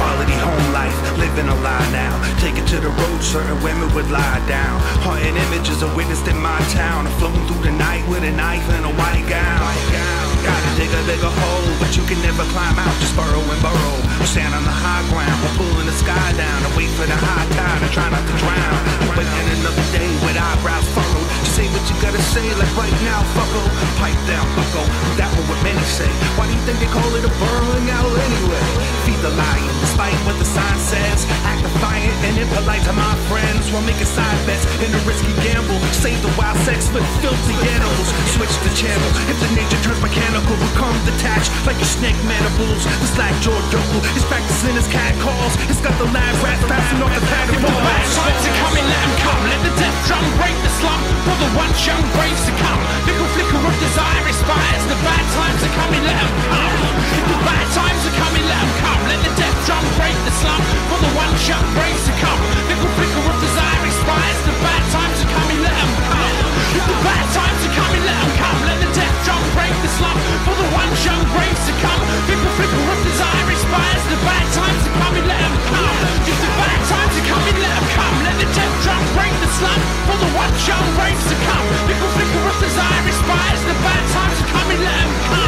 L: Quality home life, living a lie now. Take it to the road, certain women would lie down. Haunting images are witnessed in my town. I've flown through the night with a knife and a white gown. Gotta dig a bigger hole, but you can never climb out. Just burrow and burrow. Or stand on the high ground, or pulling the sky down. And wait for the high tide and try not to drown. Waking another day with eyebrows furrowed. Just say what you gotta say, like right now, fucko. Pipe down, bucko. That what would many say. Why do you think they call it a burrowing out anyway? Feed the lion, despite what the sign says. Act defiant and impolite to my friends while making side bets in a risky gamble. Save the wild sex for the filthy animals. Switch the channel. If the nature turns mechanical, become detached like your snake mandibles. It's like George Jokel. It's practicing his cat calls. It's got the lab rat passing off the pattern.
J: If the bad times are coming, let 'em come. Let the death drum break the slum for the once young braves to come. Little flicker of desire expires. The bad times are coming, let 'em come. If the bad times are coming, let 'em come. Let the death drum break the slum for the once young braves to come. Little flicker of desire expires. The bad times are coming, let 'em come. If the bad times are coming, let 'em come. Let the death drum break the slum for the once young braves to come. Little flicker of desire expires. The bad times are coming, let 'em come. If the bad times are coming, let 'em come. Let the death drum break the slum for the once young braves to come. Little flicker of desire expires. The bad times are coming, let 'em come.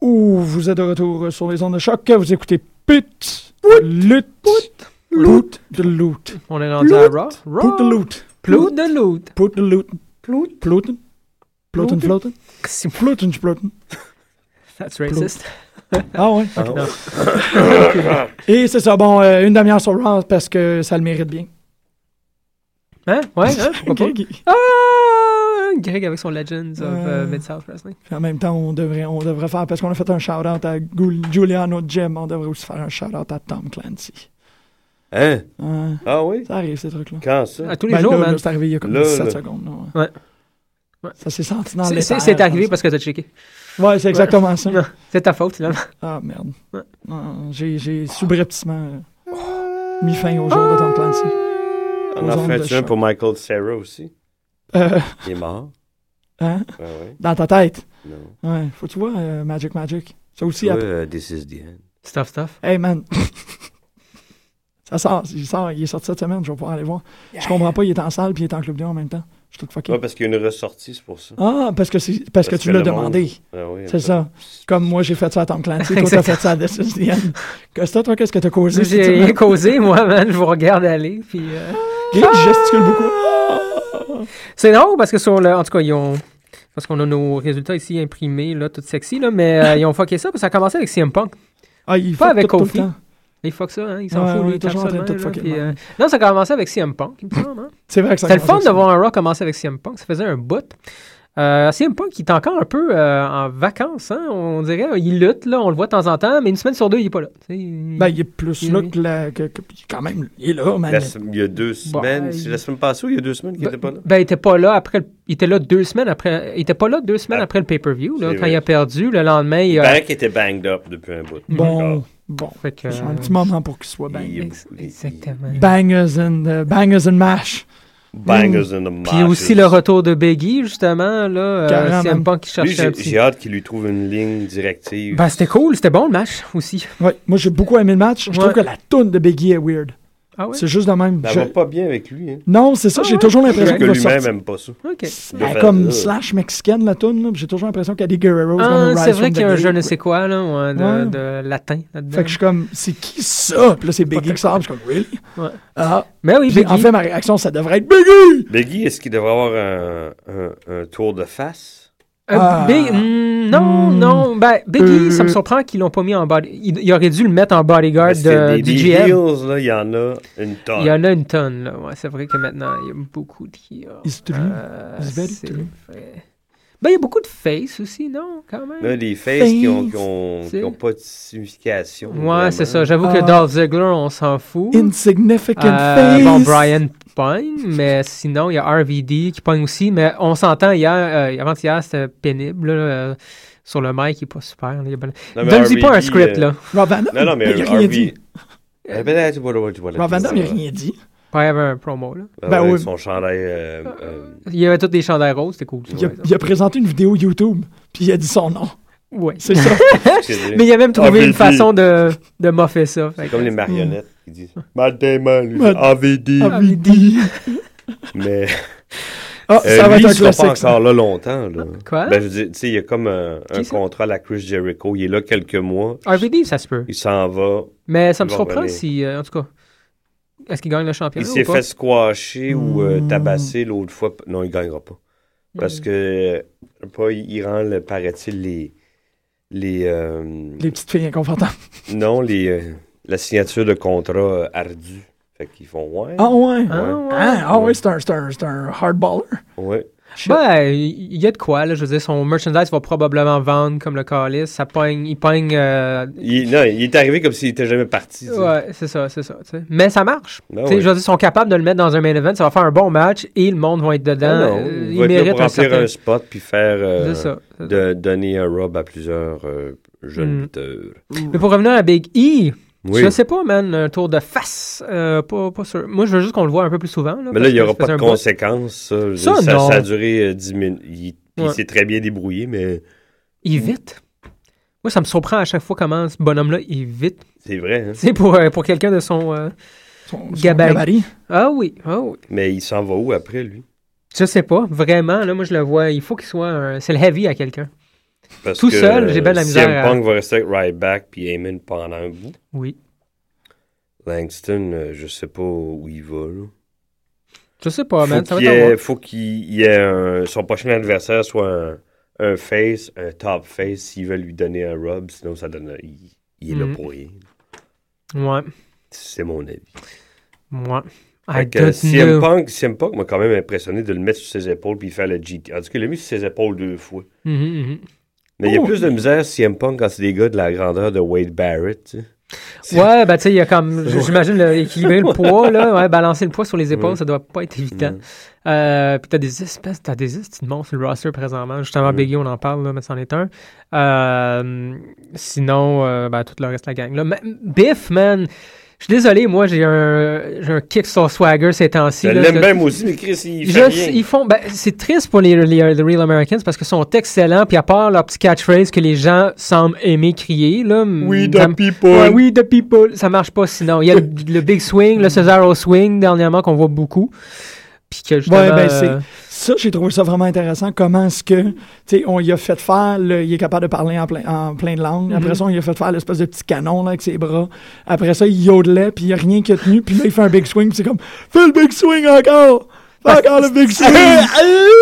C: Ouh, vous êtes de retour sur les ondes de choc. Vous écoutez put, lut, loot, de loot.
F: On est rendu à Raw. Raw.
C: Put the loot.
F: Plout de loot.
C: Put the loot. Plout. Plouten. Plouten,
F: Plouten.
C: flouten. Plouten, splouten.
F: That's racist.
C: Ah ouais.
F: Ah
C: ok.
F: ouais.
C: Et c'est ça, bon, euh, une demi-heure sur Raw parce que ça le mérite bien.
F: Hein? Ouais, hein? Pourquoi
C: Ok,
F: pas? Ah! Greg avec son Legends of
C: Euh.
F: euh, Mid-South Wrestling.
C: Puis en même temps, on devrait, on devrait faire, parce qu'on a fait un shout-out à Gul- Giuliano Jim, on devrait aussi faire un shout-out à Tom Clancy.
G: Hein?
C: Ouais.
G: Ah oui?
C: Ça arrive, ces trucs-là. Ben,
G: Quand ça?
F: À Ah, tous les jours,
C: là,
F: man.
C: là, c'est arrivé il y a comme
G: Là,
C: 17
G: là.
C: secondes. là, ouais.
F: Ouais.
C: Ça s'est senti dans
F: C'est-
C: les
F: C'est c'est arrivé parce que t'as checké.
C: Ouais, c'est exactement ça.
F: C'est ta faute, finalement.
C: Ah, merde. Non, J'ai j'ai subrepticement euh, mis fin au jour de Tom Clancy.
G: On
C: Aux ondes
G: en
C: Ah, de
G: fait un
C: choc.
G: pour Michael Cera aussi.
F: Ah!
C: Euh.
G: Il est mort.
C: Hein?
G: Ouais, ouais.
C: Dans ta tête.
G: Non.
C: Ouais, faut que tu vois euh, Magic Magic. Ça aussi,
G: Toi,
C: après-
G: euh, This is the end.
F: Stuff, stuff.
C: Hey man. ça sort, il sort, il est sorti cette semaine, je vais pouvoir aller voir. Je comprends pas, il est en salle puis il est en club Dé en même temps. Je suis tout fucké.
G: Ouais, parce qu'il y a une ressortie, c'est pour ça.
C: Ah, parce que c'est parce que
G: Parce
C: tu
G: que
C: l'as
G: le monde-
C: demandé.
G: Ah oui,
C: c'est ça. Comme moi j'ai fait ça à Tom Clancy, toi t'as
F: Exactement.
C: fait ça à This is the End. Costa, toi qu'est-ce que t'as causé
F: J'ai
C: cette semaine?
F: rien causé, moi, man. Je vous regarde aller, puis... euh,
C: Gabe gesticule beaucoup.
F: C'est drôle parce que sur le. En tout cas, ils ont. Parce qu'on a nos résultats ici imprimés, là, tout sexy, là, mais euh, ils ont fucké ça parce que ça a commencé avec CM Punk.
C: Ah, il
F: Pas
C: fuck
F: avec
C: tout- tout le
F: Kofi.
C: temps.
F: Ils fuck ça, hein. Ils s'en
C: Ouais,
F: foutent,
C: ouais,
F: lui,
C: il est toujours en train de
F: absolument,
C: tout
F: là,
C: fucker,
F: puis,
C: ouais.
F: euh, Non, ça a commencé avec CM Punk, il me semble, hein.
C: C'est vrai que ça a
F: C'était le fun
C: commencé
F: de voir un Raw commencer avec CM Punk. Ça faisait un bout. Euh, CM Punk, il est encore un peu euh, en vacances, hein. On dirait, il lutte, là, on le voit de temps en temps, mais une semaine sur deux, il est pas là. tu sais, il-
C: Ben, il est plus
F: il-
C: là que, la, que- que- quand même, il est là, man.
G: La sem- il y a deux
F: Bon,
G: semaines.
F: euh,
G: c'est la semaine passée ou il y a deux semaines qu'il n'était pas là?
F: Ben, il était pas là après. le- Il était là deux semaines après. Il était pas là deux semaines après le pay-per-view. là,
G: Ah. c'est
F: Quand
G: vrai. Ben,
F: il a perdu, le lendemain, il
G: Il
F: a.
G: paraît qu'il était banged up depuis un bout.
C: Bon,
G: Encore.
C: bon.
F: Mm-hmm. Fait que,
C: C'est
F: euh,
C: un petit moment pour qu'il soit
G: Il-
C: bang.
F: Exactement.
C: Bangers and, euh, bangers and mash.
G: Bangers and the
F: Puis aussi le retour de Beggy, justement, là, euh,
G: Carrément.
F: CM Punk qui
G: Lui,
F: cherchait un
G: j'ai
F: petit...
G: j'ai hâte qu'il lui trouve une ligne directive.
F: Ben, c'était cool, c'était bon le match aussi.
C: Ouais, moi j'ai beaucoup aimé le match. Je trouve
F: Ouais.
C: que la toune de Biggie est weird.
F: Ah ouais?
C: C'est juste de même.
G: Ça
C: Je-
G: va pas bien avec lui. Hein.
F: Ben,
C: Non, c'est ça,
G: Ah
C: j'ai
G: ouais?
C: toujours
G: Ben Je
C: l'impression
G: trouve que
C: qu'il va
G: lui-même
C: sortir.
G: aime pas ça.
F: Ok.
G: Il
C: Elle
G: a
C: est
G: fait,
C: comme
G: euh,
C: slash mexicaine la toune, là, puis j'ai toujours l'impression qu'il y a des Guerreros
F: Ah,
C: gonna
F: c'est
C: rise
F: vrai
C: from
F: qu'il y a
C: the
F: un
C: dead.
F: je ne sais quoi, là, ouais, de,
C: Ouais.
F: de latin là-dedans.
C: Fait que je suis comme, c'est qui ça? Puis là, c'est Biggie qui sort, puis je suis comme, really?
F: Ouais.
C: Ah.
F: Mais Ben oui,
C: Puis
F: Biggie.
C: En fait, ma réaction, ça devrait être Biggie!
G: Biggie, est-ce qu'il devrait avoir un, un- un tour de face?
F: Euh,
C: Ah.
F: Big- mm, non, non, ben, Beggy,
G: Euh.
F: ça me surprend qu'ils l'ont pas mis en body... Il, il aurait dû le mettre en bodyguard
G: Parce que
F: de
G: des, des
F: DGM.
G: heels, là, il y en a une tonne.
F: Il y en a une tonne, là. Ouais, c'est vrai que maintenant, il y a beaucoup de heels.
C: It's true.
F: Euh,
C: It's very
F: c'est
C: true.
F: vrai. Ben, il y a beaucoup de face aussi, non, quand même?
G: Là, les faces qui n'ont
F: C'est-
G: pas de signification.
F: Ouais, c'est ça.
G: vraiment.
F: J'avoue que
C: Ah.
F: Dolph Ziggler, on s'en fout.
C: Insignificant
F: Euh,
C: face!
F: bon, Brian Pine, mais sinon, il y a RVD qui pogne aussi. Mais on s'entend, hier, euh, avant-hier, c'était pénible. là, euh, sur le mic, il est pas super. là, il est pas-
G: Non, mais
F: Donne-y pas un
G: RVD,
F: script,
G: euh,
F: là.
C: Rob Van Damme,
G: Non, non, mais
C: il a rien
G: RV.
C: dit.
G: Eh ben, là, tu vois, tu vois, tu vois,
C: Rob Van Damme, il a
G: tu vois.
C: rien dit.
F: Pas avoir un promo, là.
G: Ah
C: Ben
G: ouais,
C: oui.
G: Son chandail. euh, euh,
F: Il y avait tous des chandails roses, c'était cool. ça,
C: Il a,
F: ouais.
C: il a présenté une vidéo YouTube, puis il a dit son nom.
F: Ouais.
C: C'est ça.
G: excusez.
F: Mais il a même trouvé
G: RVD.
F: une façon de, de moffer ça. fait
G: C'est
F: que-
G: comme les marionnettes qui disent Matt Damon, lui,
C: Matt-
G: AVD.
C: Ah, RVD.
G: Mais
C: Ah,
G: euh,
C: ça va
G: lui,
C: être un
G: il sera pas
C: classique. ça. Hein?
G: encore là longtemps. Là.
F: Quoi?
G: Ben, je veux dire, tu sais, il y a comme euh, un,
F: Qui ça?
G: contrat à la Chris Jericho. Il est là quelques mois.
F: RVD, ça se peut.
G: Il s'en va.
F: Mais ça me
G: Il va
F: surprend
G: revenir.
F: si, euh, en tout cas, est-ce qu'il gagne le
G: Il
F: championnat
G: s'est
F: ou pas?
G: fait squasher ou euh,
C: Hmm.
G: tabasser l'autre fois. Non, il gagnera pas. Parce que, euh, je sais pas, il il rend, le- paraît-il, les. les euh,
C: Les petites filles inconfortables.
G: Non, les, euh, la signature de contrat euh, ardue. Fait qu'ils font ouais.
C: Ah ouais?
F: Ah ouais.
C: Ah, ah ouais, c'est un, c'est un, c'est un hardballer.
G: Ouais.
F: Ben, il y a de quoi, là. Je veux dire, son merchandise va probablement vendre comme le calice. Ça pogne, il pogne. euh,
G: Il, non, il est arrivé comme s'il était jamais parti. tu sais.
F: Ouais, c'est ça, c'est ça. tu sais. Mais ça marche.
G: Ben
F: Tu sais,
G: oui.
F: Je veux dire, ils sont capables de le mettre dans un main event. Ça va faire un bon match et le monde va être dedans.
G: Ah non,
F: Euh,
G: il
F: il
G: va être là
F: mérite
G: pour
F: un
G: remplir
F: certain.
G: un spot puis faire euh,
F: C'est ça, c'est
G: de donner un rub à plusieurs euh, jeunes
F: Mm.
G: lutteurs.
F: Mais pour revenir à Big E,
G: Oui.
F: je sais pas, man, un tour de face. euh, pas, pas sûr. Moi, je veux juste qu'on le voit un peu plus souvent.
G: Mais là, il
F: n'y
G: n'y aura pas de conséquences. Ça, Je veux
F: Ça,
G: dire, ça,
F: non.
G: ça a duré euh, 10 minutes. Il, puis
F: Ouais.
G: il s'est très bien débrouillé, mais
F: Il est vite. Moi, ça me surprend à chaque fois comment ce bonhomme-là il est vite.
G: c'est vrai. hein.
F: Tu sais, pour, euh, pour quelqu'un de son. euh,
C: Son, son
F: Gabarit.
C: gabarit.
F: Ah oui, ah oui.
G: Mais il s'en va où après, lui?
F: Je sais pas, vraiment, là, moi je le vois, il faut qu'il soit un... C'est le heavy à quelqu'un.
G: Parce
F: Tout
G: que,
F: seul, j'ai bien de la
G: euh,
F: misère à-
G: CM Punk va rester avec Ryback puis Heyman pendant un bout.
F: Oui.
G: Langston, euh, je sais pas où il va. Là.
F: Je sais pas, Ah, man, ça va
G: faut qu'il
F: être à
G: ait,
F: voir.
G: faut qu'il y ait un- son prochain adversaire soit un, un face, un top face, s'il veut lui donner un rub, sinon ça donne un- il, il est
F: Mhm.
G: là pour rien.
F: Ouais,
G: C'est mon avis.
F: ouais. I
G: Fait que
F: don't
G: CM
F: know.
G: Punk, CM Punk m'a quand même impressionné de le mettre sur ses épaules puis faire le GT. En tout cas, il l'a mis sur ses épaules deux fois.
F: Mhm, mhm.
G: Mais il y a
C: Oh!
G: plus de misère CM Punk quand c'est des gars de la grandeur de Wade Barrett. tu sais.
F: Ouais, ben tu sais, il y a comme,
G: C'est-
F: j'imagine, le- équilibrer le poids, là, ouais, balancer le poids sur les épaules,
G: Oui.
F: ça doit pas être évident.
G: Mm.
F: Euh, puis t'as des espèces, t'as des espèces de monstres sur le roster présentement. Justement,
G: Mm.
F: Biggie, on en parle, là, mais c'en est un. Euh, sinon, euh, ben, tout le reste de la gang. Là. Mais- Biff, man, je suis désolé, moi, j'ai un, j'ai un kick sur Swagger ces temps-ci.
G: Je
F: là.
G: l'aime
F: Je-
G: bien, moi aussi, mais Chris, il
F: je-
G: fait rien.
F: ils font. ben, c'est triste pour les, les- les Real Americans parce qu'ils sont excellents. Puis à part leur petit catchphrase que les gens semblent aimer crier, là.
G: We the
F: ça m-
G: people.
F: Ouais, we the people. Ça marche pas sinon. Il y a le, le big swing, le Cesaro swing dernièrement qu'on voit beaucoup. Puis que justement.
C: Ouais, ben, c'est-
F: euh,
C: ça, j'ai trouvé ça vraiment intéressant. Comment est-ce que, tu sais, on y a fait faire, le- il est capable de parler en plein, en plein de langues. Après
F: Mhm.
C: ça, on y a fait faire l'espèce de petit canon, là, avec ses bras. Après ça, il yodelait, puis il n'y a rien qui a tenu, puis là, il fait un big swing, puis c'est comme, fais le big swing encore!
F: Ah,
C: Fais encore le big swing!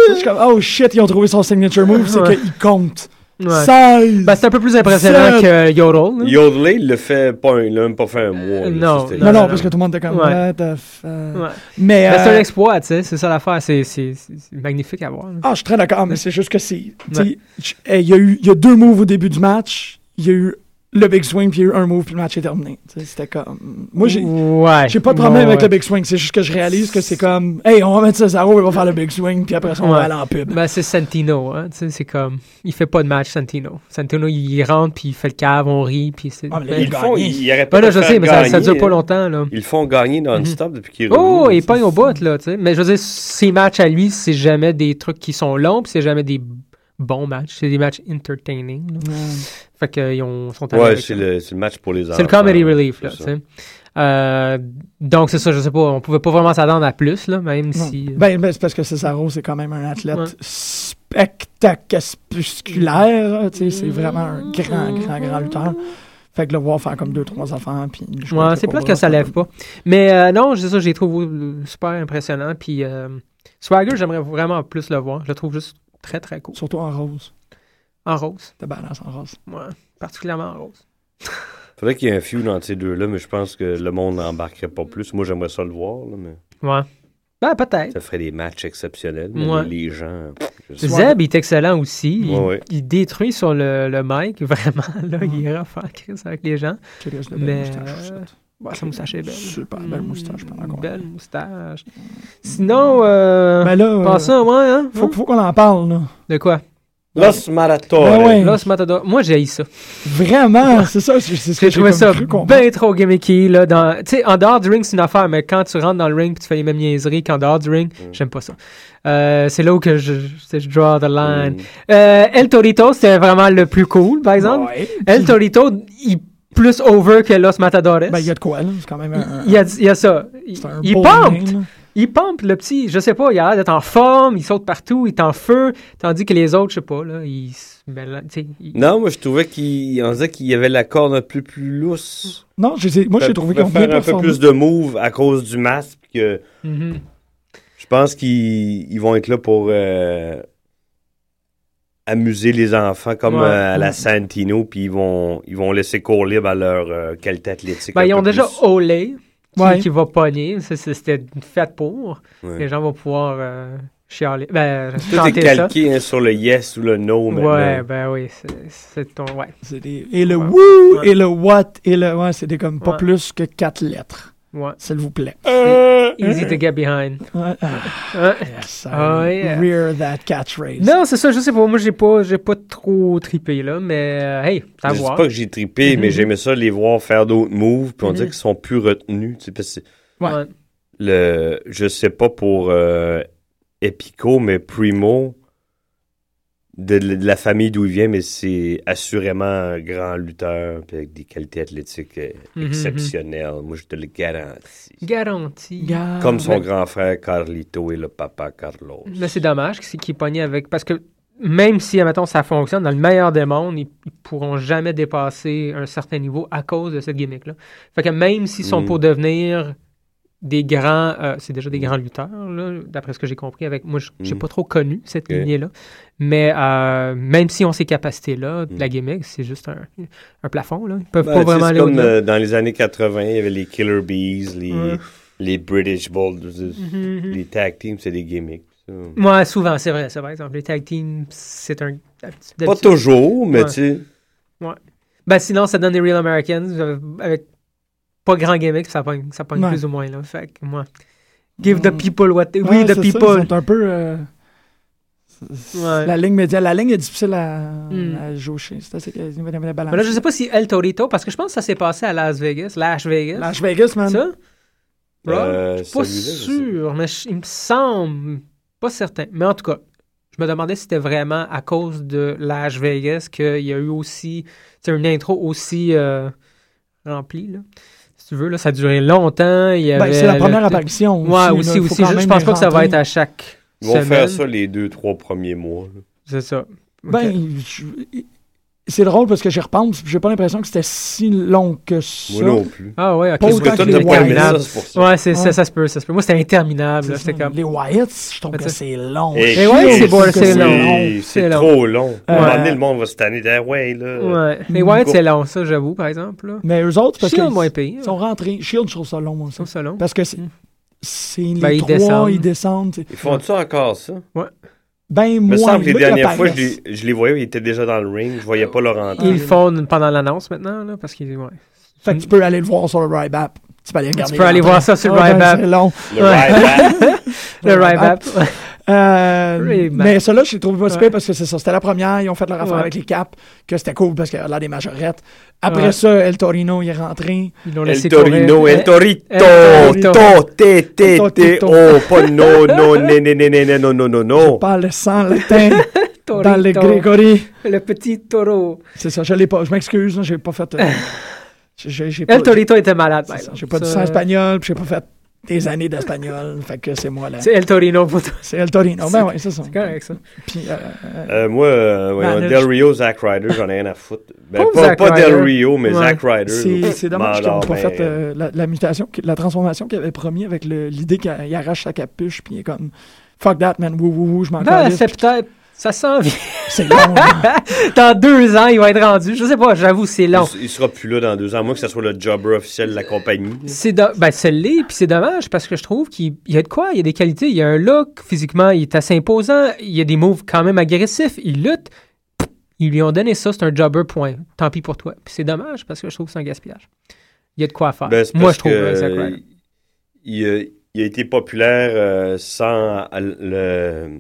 C: Je suis comme, oh shit, ils ont trouvé son signature move, c'est
F: Ouais.
C: qu'il compte.
F: ouais.
C: 16!
F: Ben, c'est un peu plus impressionnant
C: sept.
F: que euh, Yodel. là.
G: Yodelay, il le fait pas, un- il l'a même pas fait un mois. là,
F: Euh, non,
G: ça, c'était-
C: Non, non, parce que tout le monde était comme,
F: Ouais.
C: what the fuck?
F: Ouais.
C: Mais,
F: Ben, c'est
C: euh,
F: un exploit, tu sais. C'est ça l'affaire. C'est c'est- c'est- c'est magnifique à voir. là.
C: Ah, je suis très d'accord, mais c'est juste que c'est. tu
F: Ouais.
C: sais, j- eh, Il y, a eu- il y a deux moves au début du match. Il y a eu le big swing, puis il y a eu un move, puis le match est terminé. Tu sais, C'était comme. Moi, j'ai.
F: Ouais.
C: J'ai pas de problème
F: Ouais,
C: avec
F: ouais.
C: le big swing, c'est juste que je réalise que c'est comme, hey, on va mettre Cesaro, il va faire le big swing, puis après ça, on va
F: Ouais.
C: aller en pub.
F: Ben, c'est Santino, hein, tu sais, c'est comme... Il fait pas de match, Santino. Santino, il, il rentre, puis il fait le cave, on rit, puis c'est...
C: Ah, mais là,
F: ben,
G: Ils le font, ils, ils arrêtent
F: Ben
G: pas
F: là,
G: de
F: je
G: faire
F: sais, mais ça, ça
G: gagner,
F: dure pas
G: hein.
F: longtemps, là.
G: Ils le font gagner non-stop depuis qu'il est
F: Oh,
G: revenu.
F: il pogne au bout, là, tu sais. Mais je veux dire, ses matchs à lui, c'est jamais des trucs qui sont longs, puis c'est jamais des bons matchs. C'est des matchs entertaining, là. Fait qu'ils ont- sont allés
G: Ouais,
F: avec
G: c'est
F: ça.
G: le, c'est le match pour les enfants.
F: C'est le comedy relief, là,
G: c'est
F: tu
G: ça.
F: sais. Euh, donc, c'est ça, je sais pas, on pouvait pas vraiment s'attendre à plus, là, même
C: Non.
F: si... euh.
C: Ben, ben, c'est parce que Cesaro, c'est quand même un athlète
F: Ouais.
C: spectaculaire. hein, tu sais, C'est vraiment
F: Mm.
C: un grand, grand, grand lutteur. Fait que le voir faire comme deux, trois affaires, puis jouer
F: Ouais,
C: avec
F: c'est
C: le
F: plate
C: cobra,
F: que ça
C: c'est
F: lève pas. Mais euh, non, c'est ça, j'ai trouvé euh, super impressionnant. Puis euh, Swagger, j'aimerais vraiment plus le voir. Je le trouve juste très, très cool.
C: Surtout en rose.
F: En rose.
C: De balance en rose.
F: Ouais, particulièrement en rose.
G: Faudrait qu'il y ait un feud entre ces deux-là, mais je pense que le monde n'embarquerait pas plus. Moi, j'aimerais ça le voir, là, mais
F: Ouais. Ben, peut-être.
G: ça ferait des matchs exceptionnels. mais
F: Ouais.
G: les gens. pff, je sais pas.
F: Zeb, il est excellent aussi. Il,
G: Ouais, ouais.
F: il détruit sur le, le mic, vraiment. Là, il est rough en crise avec les gens.
C: Chris, la belle
F: Mais
C: moustache,
F: euh,
C: Chris.
F: ouais, sa moustache est belle. Mm,
C: Super belle moustache, pendant qu'on
F: euh, Belle moustache. Sinon, euh,
C: Ben là, euh,
F: pensons, ouais, hein?
C: Faut, faut qu'on en parle, là.
F: De quoi?
G: Los Maratons.
C: Ben ouais.
F: Los Matador. Moi, j'ai ça.
C: Vraiment, c'est ça, c'est c'est ce que
F: J'ai
C: j'ai comme
F: trouvé ça
C: cru comprendre.
F: bien trop gimmicky. Là, dans... Tu sais, en dehors du ring, c'est une affaire, mais quand tu rentres dans le ring puis tu fais les mêmes niaiseries qu'en dehors du ring, j'aime pas ça. Euh, c'est là où que je, je, je draw the line.
G: Mm.
F: Euh, El Torito, c'était vraiment le plus cool, par exemple.
C: Ouais.
F: El Torito, il est plus over que Los Matadores.
C: Ben, il y a de quoi, là. C'est quand même un.
F: Il y a, il y a ça. Il,
C: C'est un
F: il
C: beau
F: pompe.
C: name, là.
F: Il pompe, le petit. Je sais pas, il a l'air d'être en forme, il saute partout, il est en feu, tandis que les autres, je sais pas, là, ils se mélangent, tu sais, ils-
G: Non, moi, je trouvais qu'il on disait qu'il y avait la corde un peu plus lousse.
C: Non, je les ai- moi, j'ai
G: Fait-
C: trouvé
G: fait
C: qu'on
G: Ben, faire
C: bien
G: un peu
C: performé.
G: plus de moves à cause du masque. puis Que
F: Mhm.
G: Je pense qu'ils ils vont être là pour euh, amuser les enfants comme
F: Ouais.
G: euh, à la Santino, puis ils vont, ils vont laisser cours libre à leur euh, qualité athlétique.
F: Ben,
G: un
F: ils
G: peu
F: ont déjà
G: plus.
F: Olay qui,
C: Ouais.
F: qui va pogner. Ça, c'est- C'était fait pour.
G: Ouais.
F: Les gens vont pouvoir euh, chialer. Ben,
G: Tout est
F: chanter ça.
G: calqué hein, sur le yes ou le no maintenant.
F: Ouais, ben oui, c'est- c'est ton. Ouais.
C: C'est des- Et le
F: Ouais.
C: woo,
F: Ouais.
C: et le what, et le. Ouais, c'était comme pas
F: Ouais. Euh.
C: plus que quatre lettres.
F: Ouais.
C: S'il vous plaît.
F: C'est Easy to get behind.
C: Ouais. Ah,
F: Hein?
C: yes, I
F: Ah, yeah.
C: Rear that catchphrase.
F: Non, c'est ça, je sais pas. Moi, j'ai pas, j'ai pas trop trippé, là, mais euh, hey, t'as à
G: Je dis
F: voir. Mm-hmm.
G: pas que j'ai trippé, mais j'aimais ça les voir faire d'autres moves, puis on dirait qu'ils sont plus retenus. tu sais, parce que
C: Ouais.
F: Ouais.
G: le, je sais pas pour euh, Epico, mais Primo, de, l- de la famille d'où il vient, mais c'est assurément un grand lutteur, puis avec des qualités athlétiques euh,
F: Mhm,
G: exceptionnelles. Moi, je te le garantis.
F: Garanti.
G: Comme son
F: mais-
G: grand frère Carlito et le papa Carlos.
F: Mais c'est dommage qu'il qu'il est pogné avec. Parce que même si, admettons, ça fonctionne, dans le meilleur des mondes, ils, ils pourront jamais dépasser un certain niveau à cause de cette gimmick-là. Fait que même s'ils sont
G: Mm.
F: pour devenir des grands. euh, c'est déjà des grands lutteurs, là, d'après ce que j'ai compris. avec Moi, je j'ai
G: Mm.
F: pas trop connu cette
G: Ok.
F: lignée-là. Mais euh, même s'ils ont ces capacités-là, la gimmick, c'est juste un, un plafond. Là. Ils peuvent
G: Mm.
F: pas
G: Ben, tu sais,
F: vraiment
G: c'est
F: aller
G: comme
F: au-delà.
G: euh, dans les années 80, il y avait les Killer Bees, les,
F: Ouais.
G: les British Bulls,
F: Mhm.
G: les tag teams, c'est des gimmicks. ça.
F: Moi, souvent, c'est vrai, ça, par exemple. Les tag teams, c'est un.
G: Pas toujours, mais
F: Ouais.
G: tu sais,
F: Ouais. Ben sinon, ça donne des Real Americans euh, avec pas grand gimmick, ça pogne, ça pogne
C: Ouais. Mm.
F: plus ou moins. Là. Fait que moi, give the people what they...
C: Ouais,
F: Oui, the
C: c'est ça, ils
F: people.
C: sont un peu. euh, c'est-
F: Ouais.
C: La ligne média, la ligne est difficile à,
F: Hmm.
C: à jauger. C'est assez balance.
F: Mais là, je sais pas si El Torito, parce que je pense que ça s'est passé à Las Vegas. Las Vegas.
C: Las Vegas, man.
F: Ça? Raw?
G: Euh,
F: Euh, je suis pas
G: celui-là, je
F: sûr, mais je- il me semble pas certain. Mais en tout cas, je me demandais si c'était vraiment à cause de Las Vegas qu'il y a eu aussi tu sais, une intro aussi euh, remplie. Là. Si tu veux, là, ça a duré longtemps. Il y
C: Ben,
F: avait
G: Euh,
C: c'est la première
F: le-
C: apparition aussi,
F: Ouais,
C: là,
F: aussi,
C: faut
F: aussi.
C: quand
F: Je, je
C: même
F: pense pas que ça va
C: rentrer.
F: être à chaque
G: Ils vont
F: semaine.
G: faire ça les deux, trois premiers mois. là.
F: C'est ça.
C: Ben, je- c'est drôle parce que j'y repense, puis j'ai pas l'impression que c'était si long que ça.
G: Moi non plus.
F: Ah ouais, ok.
C: Pas
F: c'est
C: autant que
F: peut-être
C: les Wyatt.
F: interminable. Ouais, c'est, Ça, ça se peut, ça se peut. Moi, c'était interminable. là, J'étais comme...
C: Les Wyatt, je trouve que c'est long.
G: Eh,
F: Mais ouais,
G: Chris,
F: c'est bon, c'est
G: oui,
F: long.
G: C'est
F: C'est long.
G: trop long. À un
F: Ouais.
G: moment donné, le monde va se tanner. Ah ouais, là.
F: Ouais. Les Wyatt, c'est long, ça, j'avoue, par exemple. là.
C: Mais eux autres, parce
F: Shield,
C: que
F: moins
C: ils-
F: pire. Hmm.
C: ils sont rentrés. Shield, je trouve ça long, moi. Je trouve
F: ça long.
C: Parce que c'est c'est les
G: Ben, ils
C: trois,
G: descendent.
C: ils descendent. c'est-
G: Ils font-tu encore ça?
F: Ouais.
C: Ben,
G: Il me
C: moi,
G: semble que les
C: moi,
G: dernières
C: la
G: fois, je
C: paresse.
G: les, je les voyais, ils étaient déjà dans le ring. Je voyais pas leur entrée.
F: Ils le font pendant l'annonce maintenant, là, parce qu'ils. Ouais.
C: Fait que tu peux aller le voir sur le Ryback. Tu peux aller regarder.
F: Mm. Tu peux aller
C: l'entrée.
F: voir ça sur
C: Ah, ben,
F: Ryback.
C: C'est long.
F: Le
G: hein?
F: Ryback. Le Ryback.
C: Euh,
F: Ryback.
C: mais cela, je l'ai trouvé pas super
F: Ouais.
C: parce que c'est ça. C'était la première. Ils ont fait leur affaire
F: Ouais.
C: avec les caps, que c'était cool parce qu'il y a l'air des majorettes. Après
F: Ouais.
C: ça, El Torino, il est rentré.
F: Ils l'ont
G: El
F: laissé
G: Torino,
F: courir.
G: El Torito,
F: El Torito.
G: to, te, te, te,
C: Torito.
G: oh, pas non, non, né, né, né, né, né, non, non, non, non.
C: Parle sans latin dans le
F: Torito.
C: Grégory.
F: Le petit taureau.
C: C'est ça, je l'ai pas. Je m'excuse, là, j'ai pas fait. euh, j'ai- j'ai pas-
F: El Torito était malade, par
C: c'est ça,
F: exemple.
C: J'ai pas du
F: Ça-
C: sang espagnol, puis j'ai pas fait des années d'espagnol. fait que c'est moi là.
F: C'est El Torino pour toi. Ben,
C: C'est El Torino. Ben ouais, c'est ça.
F: C'est correct, ça.
C: Puis, euh, euh,
G: Euh, moi, euh, voyons,
C: Ben, là,
G: Del
C: je-
G: Rio, Zack Ryder, j'en ai rien à foutre. Ben,
C: Pauvre
G: pas,
C: Zack
G: pas Del
C: Ryder.
G: Rio, mais
C: Ouais.
G: Zack Ryder.
C: C'est, c'est dommage qu'ils n'ont
G: M'endors,
C: pas
G: ben,
C: fait euh, la, la mutation, qui- la transformation qu'il avait promis avec le- l'idée qu'il il arrache sa capuche, puis il est comme fuck that man, wou wou wou, je m'en
F: Ben,
C: calisse.
F: c'est peut-être. Ça s'en vient.
C: C'est long. hein.
F: Dans deux ans, il va être rendu. Je sais pas, j'avoue, c'est long.
G: Il, il sera plus là dans deux ans, moi que ce soit le jobber officiel de la compagnie.
F: C'est do- ben, c'est l'est, puis c'est dommage parce que je trouve qu'il il y a de quoi, il y a des qualités, il y a un look, physiquement, il est assez imposant, il y a des moves quand même agressifs, il lutte. Ils lui ont donné ça, c'est un jobber point. Tant pis pour toi. Puis c'est dommage parce que je trouve que c'est un gaspillage. Il y a de quoi à faire.
G: Ben, c'est
F: Moi,
G: parce
F: je trouve
G: que,
F: euh, Zack Ryder.
G: euh, il, a- il a été populaire euh, sans euh, le,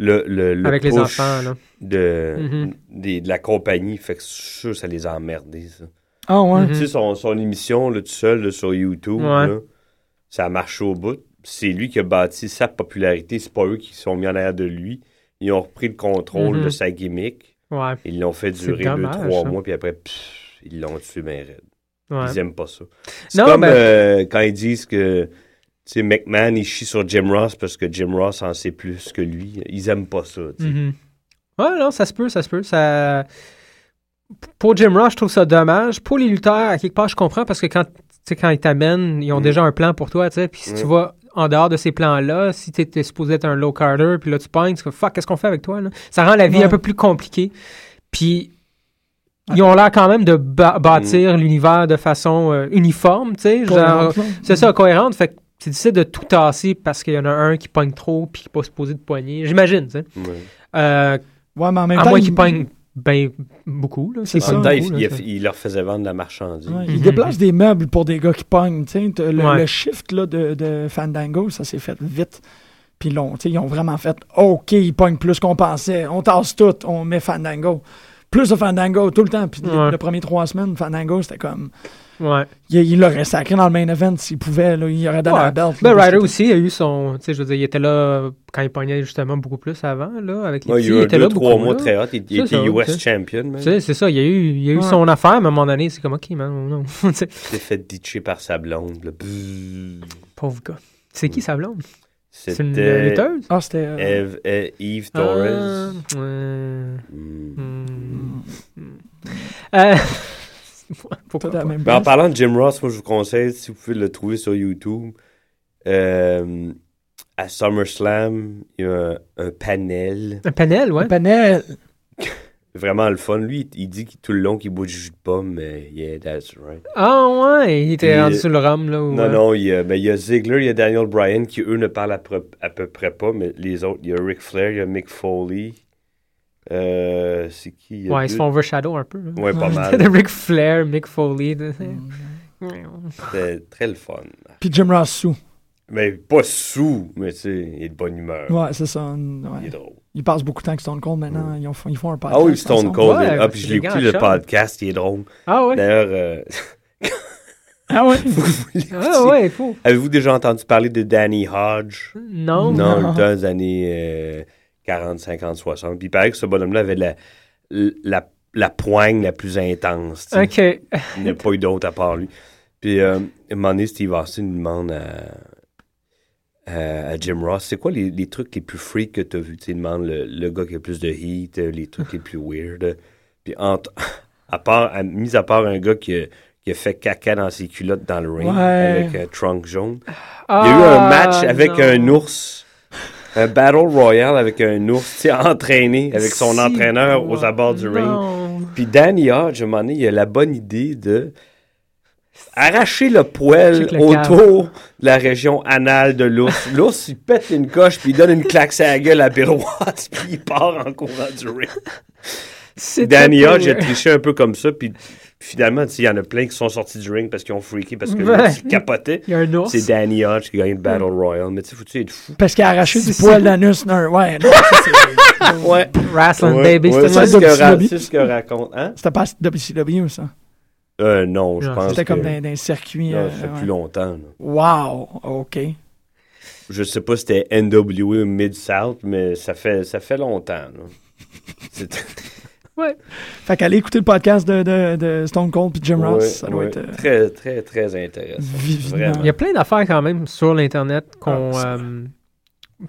G: le, le, le
F: Avec les
G: push
F: enfants, là.
G: De,
F: Mhm.
G: des- de la compagnie. Fait que je suis sûr que ça les a emmerdés, ça.
C: Ah ouais.
F: Mhm.
G: Tu sais, son, son émission, là, tout seul, là, sur YouTube,
F: Ouais.
G: là, ça a marché au bout. C'est lui qui a bâti sa popularité. C'est pas eux qui sont mis en arrière de lui. Ils ont repris le contrôle
F: Mhm.
G: de sa gimmick.
F: Ouais.
G: Ils l'ont fait
F: C'est
G: durer
F: dommage,
G: deux, trois
F: ça.
G: mois, puis après, pff, ils l'ont tué bien raide.
F: Ouais.
G: Ils aiment pas ça. C'est
F: Non,
G: comme
F: ben-
G: euh, quand ils disent que tu sais, McMahon, il chie sur Jim Ross parce que Jim Ross en sait plus que lui. Ils aiment pas ça. tu sais.
F: Mhm. Ouais, non, ça se peut, ça se peut. Ça... Pour Jim Ross, je trouve ça dommage. Pour les lutteurs, à quelque part, je comprends parce que quand, tu sais, quand ils t'amènent, ils ont déjà un plan pour toi. tu sais, Puis si tu
G: Mm.
F: vas en dehors de ces plans-là, si tu es supposé être un low carder, puis là tu pognes, tu fais fuck, qu'est-ce qu'on fait avec toi? là? Ça rend la vie
C: Ouais.
F: un peu plus compliquée. Puis ils ont l'air quand même de ba- bâtir l'univers de façon euh, uniforme, tu sais. genre,
C: Cohérente, là.
F: C'est ça, cohérente. Fait que c'est difficile de tout tasser parce qu'il y en a un qui pogne trop puis qui n'est pas supposé de poigner. J'imagine, tu sais. Euh,
C: Ouais, mais en même
F: à
C: temps,
F: moins
C: il-
F: qu'il pogne ben, beaucoup. Là,
C: C'est
F: s'il
G: En même
F: pogne
G: temps,
F: beaucoup,
G: il,
F: là,
G: il a-
F: ça-
G: il leur faisait vendre de la marchandise.
C: Ouais, Ils déplacent des meubles pour des gars qui pognent. tu sais. T'as Le,
F: Mhm. Ouais.
C: le shift là, de, de Fandango, ça s'est fait vite. Puis ils l'ont- tu sais, ils ont vraiment fait OK, ils pognent plus qu'on pensait. On tasse tout, on met Fandango. Plus de Fandango tout le temps. Puis les-
F: Ouais.
C: le premier trois semaines, Fandango, c'était comme.
F: Ouais.
C: Il, il l'aurait sacré dans le main event s'il pouvait. Là, il aurait donné
F: Ouais.
C: la belt. là,
F: Ben,
C: parce
F: Ryder
C: que-
F: aussi a eu son. Tu sais, je veux dire, il était là euh, quand il pognait justement beaucoup plus avant, là, avec les
G: Ouais, il y
F: petits,
G: a eu un
F: était
G: deux,
F: là
G: trois
F: beaucoup,
G: mois
F: là.
G: très hot. Il- il
F: C'est
G: était
F: ça,
G: US
F: tu sais.
G: champion, man.
F: Tu sais, c'est ça. Il y a eu, il y a eu
G: Ouais.
F: son affaire, mais à un moment donné, c'est comme, OK, man, non. tu sais.
G: Il s'est fait ditcher par sa blonde. là. Bzzz.
F: Pauvre gars. C'est qui sa blonde? C'est une
G: C'était-
F: lutteuse?
C: Ah, c'était, euh,
G: Eve- euh, Yves
F: Ah,
G: Torres. Mm.
F: ouais. Hmm. Euh, Pourquoi
C: Tout à la
F: pas?
C: même
G: Ben, en
C: place.
G: parlant de Jim Ross, moi, je vous conseille, si vous pouvez le trouver sur YouTube, euh, à SummerSlam, il y a un, un panel.
F: Un panel, ouais.
C: Panel.
G: Vraiment le fun. Lui, il, il dit qu'il- tout le long qu'il boit du jus de pomme, mais yeah, that's right.
F: Ah, ouais. Il était
G: Puis,
F: rendu sur le rhum, là. ou,
G: Non,
F: euh,
G: non, il y, a, ben, il y a Ziggler, il y a Daniel Bryan, qui eux ne parlent à, peu- à peu près pas, mais les autres, il y a Ric Flair, il y a Mick Foley, Euh, c'est qui il y a
F: Ouais, ils se
G: deux-
F: font overshadow un peu. là.
G: Ouais, pas mal.
F: de Ric Flair, Mick Foley. de-
G: C'était très le fun.
C: Puis Jim Ross sous.
G: Mais pas sous, mais tu sais, il est de bonne humeur.
C: Ouais, c'est ça. une- ouais.
G: Il est drôle.
C: Ils passent beaucoup de temps avec Stone Cold maintenant. Ils, ont- ils font un podcast.
G: Ah oui, Stone
C: ensemble.
G: Cold.
C: Ouais,
G: ah, puis
C: c'est
G: je
C: des
G: l'ai
C: gars
G: écouté
C: en
G: le
C: chum.
G: podcast, il est drôle.
F: Ah ouais?
G: D'ailleurs, euh,
C: Ah ouais?
F: ah ouais, faut.
G: avez-vous déjà entendu parler de Danny Hodge?
F: Non.
G: Non,
F: Non.
G: le temps des années euh, 40, 50, 60. Puis il paraît que ce bonhomme-là avait la, la, la poigne la plus intense. tu sais.
F: Ok.
G: Il n'y a pas eu d'autre à part lui. Puis, euh, à un moment donné, Steve Austin lui demande à, à- à Jim Ross, c'est quoi les, les trucs les plus freaks que tu as vus? Tu sais, il demande le, le gars qui a le plus de heat, euh, les trucs les plus weird. Puis, entre, à part, à- mis à part un gars qui a, qui a fait caca dans ses culottes dans le ring
F: Ouais.
G: avec un trunk jaune, il y a eu un
F: Ah,
G: match avec
F: non.
G: un ours. Un battle royal avec un ours, tu sais, entraîné avec son
F: Si,
G: entraîneur aux abords du
F: non.
G: ring. Puis Danny Hodge, à un moment donné, il a la bonne idée de arracher le poil
F: Check le
G: autour de la région anale de l'ours. L'ours, il pète une coche, puis il donne une claque à la gueule à Bill Watts, puis il part en courant du ring.
F: C'était
G: Danny
F: pas
G: Hodge a
F: weird.
G: triché un peu comme ça, puis finalement, tu sais, il y en a plein qui sont sortis du ring parce qu'ils ont freaké, parce que
F: Ouais.
G: l'ours, il capotait.
F: Il y a un ours.
G: C'est Danny Hodge qui gagne le Battle Royal. Mais tu sais, faut-tu être fou?
C: Parce qu'il a arraché du
G: C'est
C: poil d'anus d'un. Ouais, non, ça, c'est-
G: Ouais.
F: Wrestling
G: Ouais,
F: Baby,
G: ouais,
F: c'était
G: c'est ce
F: ça.
G: que ra- c'est ce que raconte. Hein?
C: C'était pas WCW, ça.
G: Euh, non, je
C: Non,
G: pense
C: c'était comme
G: que-
C: dans- dans un circuit,
G: Non,
C: euh,
G: ça fait
C: ouais.
G: plus longtemps. là.
C: Wow, OK.
G: Je sais pas si c'était NWA ou Mid-South, mais ça fait, ça fait longtemps. là. C'était-
C: Fait qu'allez écouter le podcast de, de- de Stone Cold puis Jim Ross.
G: Ouais,
C: Ça doit
G: ouais.
C: être. euh,
G: Très, très, très intéressant. Vraiment.
F: Il y a plein d'affaires quand même sur l'Internet qu'on.
G: Ah, c'est
F: euh,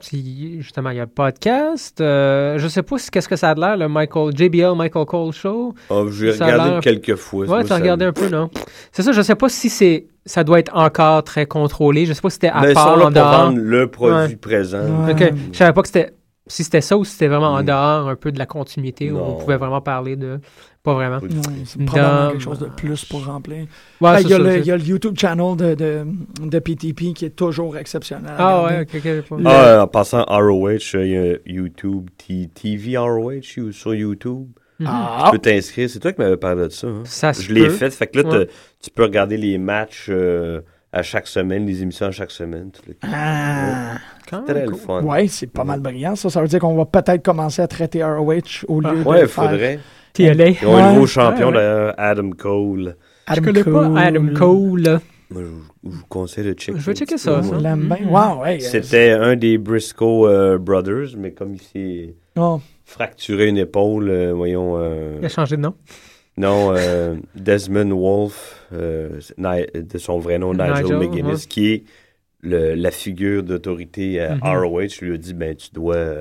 F: si- justement, il y a le podcast. euh, je sais pas si, qu'est-ce que ça a de l'air, le Michael, JBL Michael Cole Show.
G: Ah, j'ai
F: Ça a
G: regardé
F: l'air-
G: quelques fois, ça,
F: Ouais, tu
G: ça
F: as regardé
G: me-
F: un peu, non? C'est ça, je sais pas si c'est ça doit être encore très contrôlé. Je sais pas si c'était à
G: Mais ils
F: part,
G: sont
F: en
G: là pour
F: dehors.
G: vendre le produit présent.
F: Ok.
G: Ouais.
F: Je savais pas que c'était si c'était ça ou si c'était vraiment
G: Hmm.
F: en dehors un peu de la continuité où
C: Non.
F: on pouvait vraiment parler de. Pas vraiment.
C: Non, c'est probablement
F: Dans-
C: quelque chose de plus pour remplir.
F: Ouais,
C: Ah,
F: c'est
C: il, y a
F: ça,
C: le,
F: c'est-
C: il y a le YouTube channel de, de, de PTP qui est toujours exceptionnel. à
F: Ah,
C: regarder.
F: ouais, ok, ok, j'ai pas-
G: Ah, euh, en passant ROH, euh, il y a YouTube, T- TV ROH ou sur YouTube.
F: Mhm.
G: Tu peux t'inscrire. C'est toi qui m'avais parlé de ça. hein?
F: Ça se
G: Je l'ai
F: peut.
G: fait. Fait que là,
F: Ouais.
G: t'as- tu peux regarder les matchs euh, à chaque semaine, les émissions à chaque semaine. tout le-
C: Ah.
G: Ouais. C'est très le fun.
C: Ouais, c'est pas mal brillant. Ça, ça veut dire qu'on va peut-être commencer à traiter ROH au
F: Ah,
C: lieu de.
G: Ouais,
C: faire-
G: faudrait.
F: TLA.
G: Ils ont un nouveau
C: Ouais.
G: champion
C: Ouais, ouais.
G: d'ailleurs, Adam Cole.
C: Adam
F: je connais
C: Cole.
F: pas Adam Cole.
G: Moi, je, vous- je vous conseille de checker.
F: Je vais checker
G: un
F: ça,
G: petit peu,
F: ça. Mm-hmm.
G: ouais.
C: L'aime bien. Wow, hey, euh,
G: C'était un des Briscoe euh, Brothers, mais comme il s'est
C: Oh.
G: fracturé une épaule, euh, voyons. euh,
F: Il a changé de nom.
G: Non, euh, Desmond Wolfe, euh, c'est Ni- de son vrai nom, Nigel,
F: Nigel,
G: McGuinness,
F: ouais.
G: qui est le- la figure d'autorité euh, à
F: Mhm.
G: ROH, lui a dit ben, Tu dois euh,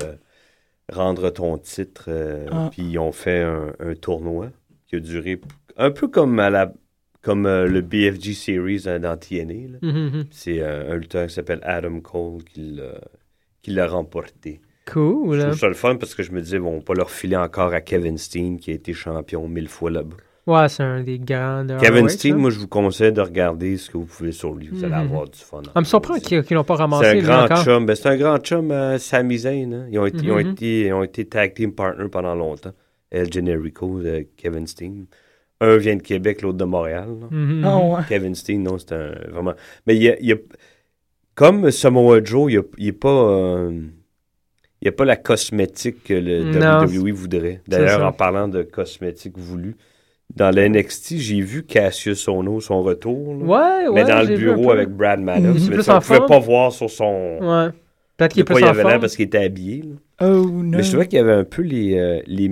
G: rendre ton titre. euh,
F: Ah.
G: Puis ils ont fait un, un tournoi qui a duré un peu comme, à la, comme euh, le BFG Series euh, dans TNA. là.
C: Mm-hmm,
F: Mhm, mhm.
G: C'est euh, un lutteur qui s'appelle Adam Cole qui l'a- qui l'a remporté.
F: Cool.
G: Je trouve ça le fun parce que je me disais, bon, on va pas leur filer encore à Kevin Steen qui a été champion mille fois là-bas.
F: Ouais, c'est un des grands. de
G: Kevin
F: ROH,
G: Steen,
F: là.
G: moi, je vous conseille de regarder ce que vous pouvez sur lui. Vous allez
F: Mhm.
G: avoir du fun.
F: Ah, me surprend qu'ils qu'ils l'ont pas ramassé.
G: C'est un
F: lui,
G: grand
F: encore.
G: chum. Ben, c'est un grand chum à Sami Zayn. hein. Ils, ont été, ils, ont
F: Mhm.
G: été, ils ont été tag team partner pendant longtemps. El Generico, euh, Kevin Steen. Un vient de Québec, l'autre de Montréal. là.
F: Mhm. Ah ouais.
G: Kevin Steen, non, c'est un... Vraiment... Mais il y a... il y a- Comme Samoa Joe, il y a- il n'est pas... euh, Il n'y a pas la cosmétique que le
F: Non.
G: WWE voudrait.
F: C'est
G: D'ailleurs,
F: ça.
G: en parlant de cosmétique voulue, dans la NXT, j'ai vu Cassius Ono, son retour. là.
F: Ouais, ouais,
G: Mais dans
F: j'ai
G: le
F: vu un
G: bureau
F: peu.
G: avec Brad
F: Mhm.
G: Maddox.
F: Il est
G: Mais
F: plus
G: ça, on
F: en
G: ne pouvait
F: forme.
G: pas voir sur son...
F: Ouais. Peut-être qu'il
G: de
F: est plus
G: quoi il
F: en
G: avait l'air
F: forme.
G: parce qu'il était habillé. là.
C: Oh, non.
G: Mais je trouvais qu'il y avait un peu les... euh, les...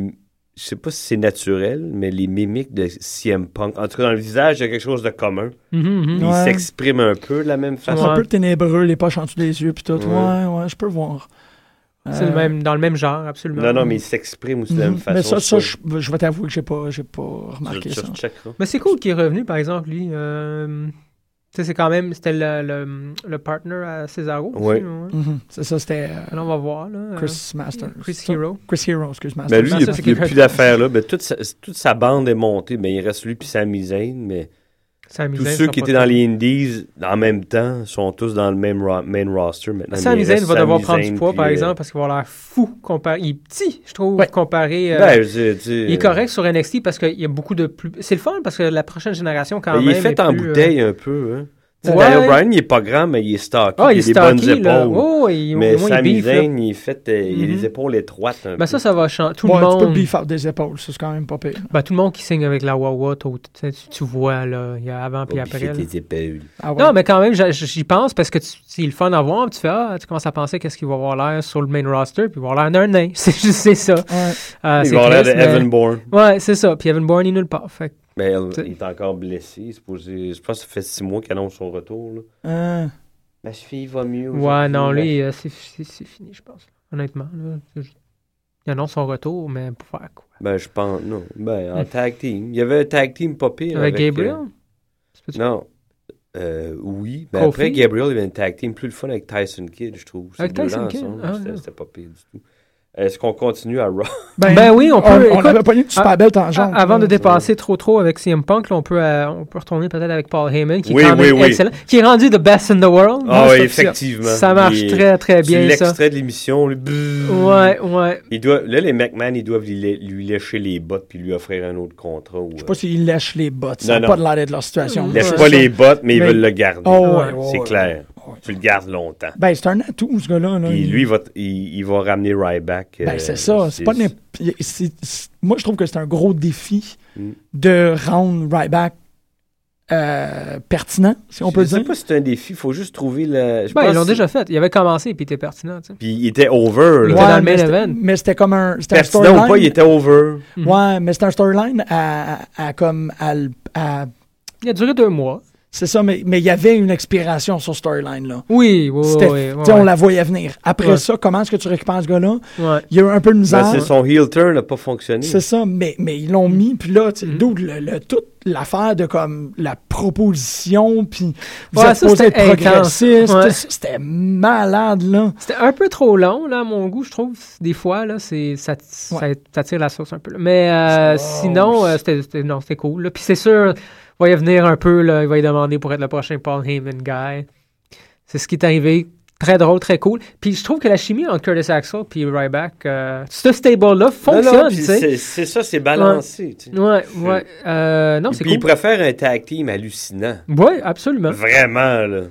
G: Je sais pas si c'est naturel, mais les mimiques de CM Punk. En tout cas, dans le visage, il y a quelque chose de commun.
F: Mhm, mhm.
G: Il
C: Ouais.
G: s'exprime un peu de la même
C: C'est
G: façon.
C: un peu ténébreux, les poches en dessous des yeux, puis tout. Ouais,
G: Ouais.
C: ouais, je peux voir.
F: C'est
C: Euh,
F: le même, dans le même genre, absolument.
G: Non, non, mais il s'exprime aussi de la même
C: Mhm.
G: façon.
C: Mais ça, ça,
G: sur-
C: je, je vais t'avouer que j'ai pas, j'ai pas remarqué
G: tu
C: ça.
G: recheckeras.
F: Mais c'est cool qu'il est revenu, par exemple, lui. Euh, tu sais, c'est quand même, c'était le, le, le partner à Cesaro. aussi,
G: Ouais.
C: Mhm. C'est ça, c'était. euh,
F: Alors, on va voir, là. euh,
C: Chris Masters.
F: Chris Hero. Ben,
C: Chris Hero, excuse-moi.
G: Mais lui, il n'y
F: ça,
G: a,
F: Ah, c'est
G: il y a
F: quelqu'un
G: Ben, plus d'affaires là. Ben, toute, sa, toute sa bande est montée. Mais il reste lui puis sa misaine. Mais
F: Sami
G: Tous
F: Zayn
G: ceux
F: sera
G: qui
F: pas
G: étaient
F: là.
G: dans les Indies en même temps sont tous dans le même ro- main roster maintenant.
F: Sami
G: Il
F: Zayn
G: reste
F: Ah, va devoir
G: Sami
F: prendre
G: Zayn,
F: du poids,
G: puis,
F: par
G: euh,
F: exemple, parce qu'il va avoir l'air fou comparé. Il est petit, je trouve, comparé. euh,
G: Ben, je veux dire, tu sais,
F: il est correct sur NXT parce qu'il y a beaucoup de plus. C'est le fun parce que la prochaine génération, quand
G: Ben,
F: même.
G: il est fait
F: est
G: en
F: plus, euh,
G: bouteille un peu. Hein. Tu sais,
F: Ouais.
G: Daniel Bryan, il est pas grand, mais il est stocky.
F: Ah, il
G: il
F: est
G: a des bonnes
F: stocky, là.
G: épaules.
F: Oh, il- au
G: mais
F: moins, il
G: Sami
F: beef, là.
G: Zayn, il, est fait, euh, il a
F: Mhm.
G: les épaules étroites. un
F: Ben, ça, ça va changer. Tout
C: Ouais,
F: le
C: Tu peux
F: monde.
C: beef up des épaules, ça, c'est quand même pas pire.
F: Ben, tout le monde qui signe avec la Wawa, t'au- tu, sais, tu- tu vois, là, il y a avant puis
G: Pas
F: après.
G: biffer
F: là.
G: tes épaules.
C: Ah ouais.
F: Non, mais quand même, j'a- j'y pense parce que tu- c'est le fun à voir. puis Tu fais, ah, tu commences à penser qu'est-ce qu'il va avoir l'air sur le main roster, puis il va avoir l'air d'un nain. C'est juste c'est ça. Euh,
G: Il
F: c'est
G: va avoir l'air
F: triste,
G: de Evan Bourne.
F: Ouais, c'est ça. Puis Evan Bourne, il est nulle part. Fait que-
G: Mais elle- il est encore blessé. il est supposé- Je pense que ça fait six mois qu'il annonce son retour. là. Euh,
C: Hein.
G: Ma cheville va mieux.
F: ouais,
G: aujourd'hui,
F: non,
G: ma
F: lui, euh, c'est- c'est c'est fini, je pense. Honnêtement, là, c'est juste- il annonce son retour, mais pour faire quoi
G: Ben, je pense, non. Ben, en
F: Hmm.
G: tag team. Il y avait un tag team pas pire.
F: Avec Gabriel?
G: euh, Non. Euh, oui. Ben,
F: Kofi?
G: après, Gabriel, il y avait un tag team plus le fun avec Tyson Kidd, je trouve. Ces
F: Avec
G: deux-là
F: Tyson Kidd?
G: ensemble,
F: Ah,
G: c'était-
F: non.
G: C'était pas pire du tout. Est-ce qu'on continue à Raw?
F: Ben oui, on peut.
C: On, ah,
F: écoute,
C: avait pas eu de
F: a-
C: super belle tangente.
F: a- Ah, Avant
C: là.
F: de dépasser trop trop avec CM Punk, là, on, peut, euh, on peut retourner peut-être avec Paul Heyman, qui
G: Oui,
F: est quand
G: oui,
F: même
G: oui.
F: excellent, qui est rendu the best in the world. Moi,
G: Ah oui,
F: je trouve ça-
G: effectivement.
F: Ça marche
G: Il-
F: très très
G: c'est
F: bien, ça.
G: L'extrait de l'émission. lui, brrr.
F: Ouais, ouais.
G: Il doit, là, les McMahon, ils doivent lui, lé- lui lécher les bottes puis lui offrir un autre contrat. ou,
C: Je sais
G: euh,
C: pas s'ils lèchent les bottes. Ça
G: Non,
C: n'a
G: non.
C: pas de l'air d'être leur situation.
G: Ils lèchent
C: C'est
G: pas
C: ça.
G: les bottes, mais ils veulent le garder.
C: Oh, ouais, ouais,
G: c'est
C: ouais.
G: clair. Tu le gardes longtemps.
C: Ben, c'est un atout, ce gars-là. là.
G: Puis
C: Il-
G: lui, il va, t- il, il va ramener Ryback.
C: Ben,
G: euh,
C: c'est ça. C'est pas n'im- c'est- c'est- Moi, je trouve que c'est un gros défi
G: Mm.
C: de rendre Ryback euh, pertinent, si on peut
G: je sais
C: dire.
G: pas si c'est un défi, il faut juste trouver le. je
F: Ben,
G: pense
F: ils l'ont
G: que-
F: déjà fait. Il avait commencé et puis il était pertinent. tu sais.
G: Puis il était over.
C: Ouais,
G: Là.
C: mais c'était- Mais c'était comme un. C'était un
G: Pertinent ou
C: storyline.
G: pas, il était over.
C: Ouais, mais c'était un storyline à, à- à comme. À, l- à-
F: Il a duré deux mois.
C: C'est ça, mais mais il y avait une expiration sur ce storyline-là.
F: Oui, oui, oui.
C: C'était-
F: oui,
C: tu sais,
F: ouais.
C: On la voyait venir. Après
F: Ouais.
C: ça, comment est-ce que tu récupères ce gars-là?
F: Ouais.
C: Il y a eu un peu de
G: Ben,
C: misère.
G: c'est son heel turn n'a pas fonctionné.
C: C'est ça, mais, mais ils l'ont mis, puis là, tu sais,
F: Mm-hmm.
C: d'où le, le- toute l'affaire de comme la proposition, puis vous
F: Ouais,
C: êtes
F: ça,
C: supposé
F: c'était
C: être
F: intense.
C: progressiste,
F: Ouais.
C: c- c'était malade, là.
F: C'était un peu trop long, là, à mon goût, je trouve. Des fois, là, c'est, ça, ça- ça tire la sauce un peu. là. Mais euh, sinon, euh, c'était, c'était- non, c'était cool. là. Puis c'est sûr, il va y venir un peu, là, il va y demander pour être le prochain Paul Heyman guy. C'est ce qui est arrivé. Très drôle, très cool. Puis je trouve que la chimie entre Curtis Axel puis Ryback, euh, ce stable-là
G: Non, non,
F: fonctionne,
G: puis
F: tu sais.
G: c'est- C'est ça, c'est balancé. tu sais.
F: Ouais, ouais. euh, non, c'est
G: Puis il
F: cool.
G: préfère un tag team hallucinant.
F: Ouais, absolument.
G: Vraiment, là.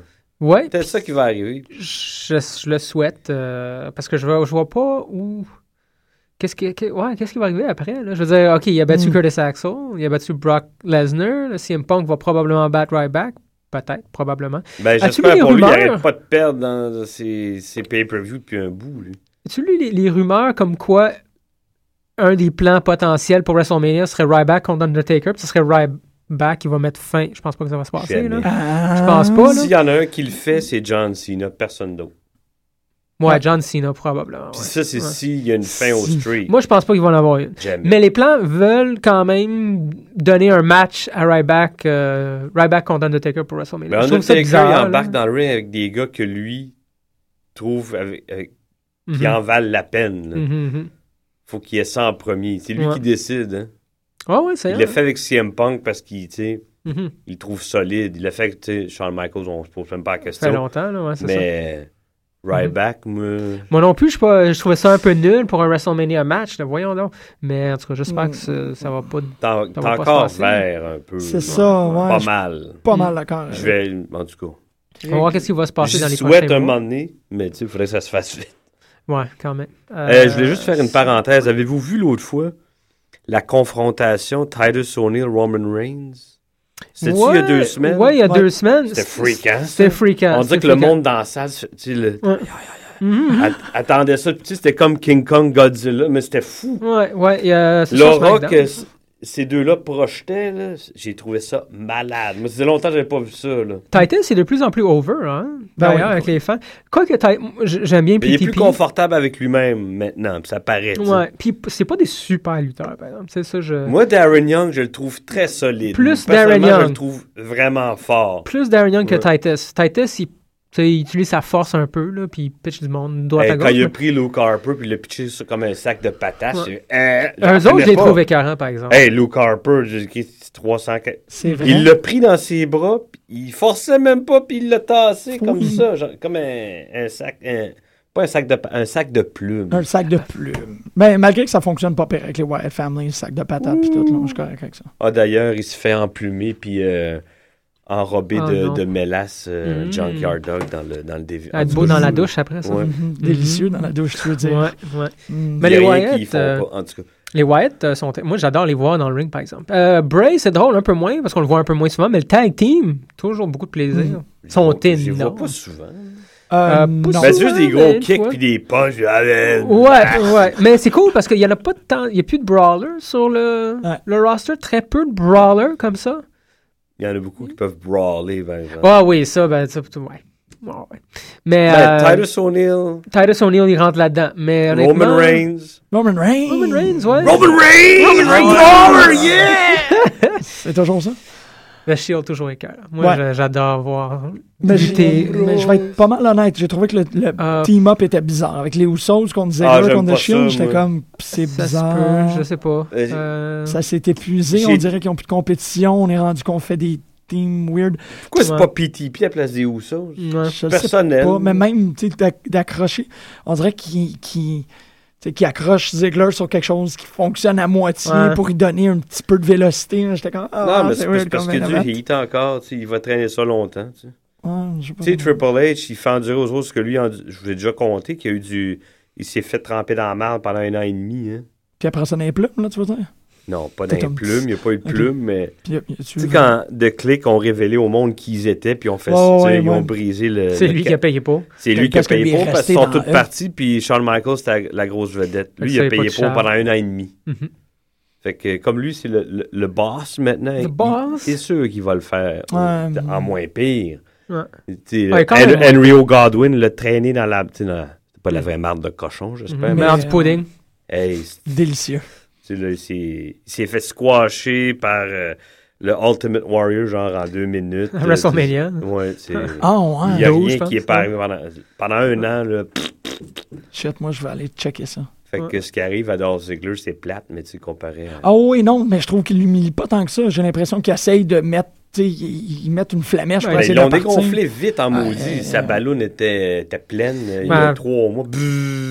F: Ouais.
G: C'est ça qui va arriver.
F: je, je le souhaite euh, parce que je vois, je vois pas où. Qu'est-ce qui, que- ouais, qu'est-ce qui va arriver après? là? Je veux dire, OK, il a battu
C: Hmm.
F: Curtis Axel, il a battu Brock Lesnar, le CM Punk va probablement battre Ryback, peut-être, probablement.
G: Ben,
F: As-tu
G: j'espère
F: lu les
G: pour lui, il
F: rumeurs?
G: n'arrête pas de perdre dans ses, ses pay-per-views depuis un bout, lui.
F: As-tu lu les, les rumeurs comme quoi un des plans potentiels pour WrestleMania serait Ryback contre Undertaker, puis ce serait Ryback qui va mettre fin? Je pense pas que ça va se passer. Là.
G: Jamais.
F: Je pense pas. Là.
G: S'il y en a un qui le fait, c'est John Cena, personne d'autre.
F: Ouais, John Cena, probablement.
G: Puis
F: ouais.
G: ça, c'est
F: Ouais.
G: s'il y a une fin au
F: Si.
G: streak.
F: Moi, je pense pas qu'ils vont en avoir une.
G: Jamais.
F: Mais les plans veulent quand même donner un match à Ryback, euh, Ryback contre Undertaker pour WrestleMania.
G: Ben,
F: je trouve ça
G: Undertaker,
F: bizarre. là.
G: il embarque dans le ring avec des gars que lui trouve avec- avec- qui
F: Mhm.
G: en valent la peine. là.
F: Mhm, mhm.
G: Faut qu'il ait ça en premier. C'est lui
F: Ouais.
G: qui décide. hein.
F: Ah ouais, c'est
G: Il l'a fait avec CM Punk parce qu'il tu sais,
F: Mhm.
G: il le trouve solide. Il l'a fait avec tu sais, Shawn Michaels, on se pose même pas la question.
F: Ça fait longtemps, là, ouais, c'est ça. Mm-hmm.
G: Mais Ryback, moi,
F: Moi non plus, je, suis pas- je trouvais ça un peu nul pour un WrestleMania match, là, voyons donc. Mais en tout cas, j'espère que ça,
G: Mm.
F: ça va pas.
G: t'en-
F: ça
G: t'es
F: va pas se
G: encore
F: passer.
G: vert un peu.
C: C'est
G: là.
C: ça, ouais,
G: Pas
C: je-
G: mal.
C: pas mal d'accord.
G: Je vais, en tout cas.
F: Mm. On va voir qu'est-ce qui va se passer
G: J'y
F: dans les
G: souhaite
F: prochains
G: un
F: mois.
G: moment donné, mais tu sais, il faudrait que ça se fasse vite.
F: Ouais, quand même.
G: Euh, je voulais juste faire une parenthèse. Avez-vous vu l'autre fois la confrontation Titus O'Neill Roman Reigns? C'était-tu il y a
F: Ouais,
G: deux semaines?
F: ouais, il y a deux semaines.
G: C'était
F: C'est-
G: fréquent.
F: c'était freakant,
G: On
F: c'était
G: dirait que le
F: freakant.
G: monde dans la salle, se- tu sais, le-
F: Ouais. Mhm.
G: At- attendait ça. Puis, tu sais, c'était comme King Kong Godzilla, mais c'était fou.
F: Ouais, ouais. euh, c'est sur
G: L'aura
F: SmackDown.
G: que c- ces deux-là projetaient, là, j'ai trouvé ça malade. Moi, ça faisait longtemps que j'avais pas vu ça. Là.
F: Titus est de plus en plus over, hein?
G: Ben
F: D'ailleurs,
G: oui.
F: avec les fans. Quoique, Ti- moi, j- j'aime bien
G: Mais il est plus
F: PTP.
G: confortable avec lui-même maintenant, puis ça paraît. tu sais.
F: Ouais, puis p- c'est pas des super lutteurs, par exemple. C'est ça, je.
G: Moi, Darren Young, je le trouve très solide.
F: Plus Darren
G: Personnellement, je le
F: Young.
G: trouve vraiment fort.
F: Plus Darren Young
G: Ouais.
F: que Titus. Titus, il- Tu sais, il utilise sa force un peu, là, puis il pitch du monde droite
G: Hey,
F: à
G: quand
F: gauche.
G: il a
F: mais-
G: pris Luke Harper puis il l'a pitché sur- comme un sac de patates,
F: Ouais.
G: c'est- euh, j'en
F: Eux autres,
G: revenais
F: je les
G: pas.
F: trouve écœurants, par exemple.
G: Hey, Luke Harper, j'ai- qui est 300.
F: C'est vrai.
G: Il l'a pris dans ses bras, puis il forçait même pas, puis il l'a tassé comme
C: Oui.
G: ça, genre, comme un, un sac. un- pas un sac de pa- un sac de plumes.
C: Un sac de plumes. Mais malgré que ça fonctionne pas pire avec les Wyatt Family, le sac de patates puis tout, là, je suis correct avec ça.
G: Ah, d'ailleurs, il se fait emplumer, puis euh, enrobé
C: Ah,
G: de,
C: non.
G: de mélasse euh,
C: Mm.
G: Junkyard Dog dans le, dans le dévi-
F: À
G: en
F: être
G: tout
F: beau
G: cas,
F: dans la
G: je-
F: douche après ça.
G: Ouais.
C: Mhm. Délicieux dans la douche, tu veux dire.
F: Ouais, ouais.
C: Mm.
F: Mais
G: Il y
F: les
G: a rien qu'ils
F: Wyatt,
G: font
F: euh,
G: pas, en tout cas.
F: les Wyatt euh, sont. Moi, j'adore les voir dans le ring, par exemple. Euh, Bray, c'est drôle un peu moins parce qu'on le voit un peu moins souvent, mais le tag team, toujours beaucoup de plaisir.
G: Mm.
F: Ils Sont
G: Je les
F: énormes.
G: vois pas souvent.
F: Euh,
G: Ben,
F: pas
G: c'est juste
F: souvent,
G: des
F: mais
G: gros
F: une
G: kicks
F: fois.
G: puis des punches. ah, ben,
F: Ouais, ouais. Mais c'est cool parce qu'il n'y en a pas de temps. Il n'y a plus de brawlers sur le, le roster. Très peu de brawlers comme ça.
G: Il y en a beaucoup qui peuvent brawler, par exemple.
F: Ah oui, ça, ben, ça, ouais. Ouais, ouais. Mais.
G: Ben,
F: euh,
G: Titus O'Neill.
F: Titus O'Neill, il rentre là-dedans. Mais honnêtement-
G: Roman Reigns.
C: Roman Reigns.
F: Roman Reigns, ouais.
G: Roman Reigns!
F: Roman Reigns!
G: Brawler, yeah!
C: C'est toujours ça?
F: Le Shield, toujours écœur. Moi,
C: Ouais.
F: je- j'adore voir.
C: Mais,
F: lutter.
C: j'ai- mais je vais être pas mal honnête. J'ai trouvé que le, le
F: Euh,
C: team-up était bizarre. Avec les Usos contre Zero,
G: Ah, j'aime
C: contre
G: pas
C: The
G: ça,
C: Shield, j'étais
G: moi.
C: comme, c'est
F: Ça se
C: bizarre.
F: peut, je sais pas.
G: Euh,
F: Euh,
C: Ça s'est épuisé. On
G: J'ai-
C: dirait qu'ils n'ont plus de compétition. On est rendu qu'on fait des teams weird.
G: Pourquoi c'est pas PTP à place des Usos?
C: Je sais
G: Personnel.
C: pas, mais même tu sais, d'ac- d'accrocher, on dirait qu'il qu'il- tu sais, qu'il accroche Ziggler sur quelque chose qui fonctionne à moitié
G: Ouais.
C: pour lui donner un petit peu de vélocité. J'étais comme ah,
G: non, mais c'est
C: weird
G: parce- parce
C: comme
G: que
C: élément.
G: du heat encore, tu sais, il va traîner ça longtemps. Tu sais.
C: Ouais, je sais pas.
G: Tu
F: Mm.
G: sais, Triple H, il fait endurer aux autres ce que lui, en- je vous ai déjà compté, qu'il a eu du... Il s'est fait tremper dans la marde pendant un an et demi. Hein.
C: Puis après ça, dans les plumes, là, tu veux dire?
G: Non, pas
C: T'es
G: d'un
C: un petit-
G: plume, il n'y a pas eu de
C: Ok.
G: plume, mais...
C: Puis y a- y a-
F: Mhm.
G: Tu sais, quand The Click ont révélé au monde qui ils étaient, puis on fait,
C: Ouais,
G: tu sais,
C: ouais,
G: ils
C: ouais.
G: ont brisé le.
F: C'est
G: le
F: lui
G: ca-
F: qui a payé pour.
G: C'est lui qui a
F: Parce que lui
G: payé
F: est
G: pour parce
F: resté
G: qu'ils sont
F: dans
G: tous
F: eux.
G: partis, puis Shawn Michaels, c'était la, la grosse vedette.
F: que
G: Lui,
F: ça,
G: il
F: y a
G: a
F: pas
G: payé
F: de
G: pour
F: charge.
G: pendant un an et demi.
F: Mhm.
G: Fait que comme lui, c'est le, le- le boss maintenant.
F: Le
G: il-
F: boss?
G: C'est sûr qu'il va le faire au-
F: Ouais.
G: en moins pire.
F: Ouais.
G: Tu sais,
F: Ouais, quand
G: Hen-
F: même. Mm.
G: Henry O. Godwin l'a traîné dans la. tu sais, dans- C'est pas la vraie marde de cochon, j'espère.
F: Mm-hmm. Mais en du pudding.
G: Hey, c'est-
C: Délicieux.
G: tu sais, là, il s'est- il s'est fait squasher par euh, le Ultimate Warrior, genre en deux minutes.
F: À WrestleMania.
G: Euh, tu sais, Ouais, c'est.
C: Ah, ouais.
G: Il n'y a
C: Dos,
G: rien
C: je
G: qui est
C: pense,
G: pas arrivé pendant, pendant un an. Là, pff,
C: Shit, moi, je vais aller checker ça.
G: fait que ce qui arrive à Dolph Ziggler, c'est plate, mais tu sais, comparé à.
C: Ah oui, non, mais je trouve qu'il l'humilie pas tant que ça. J'ai l'impression qu'il essaye de mettre, tu sais, il, il met une flamèche pour
G: Ben,
C: essayer
G: ils l'ont
C: de partir.
G: dégonflé vite en maudit.
C: Ah, ouais,
G: Sa ballonne était, était pleine euh, il y
F: Ouais.
G: a trois mois.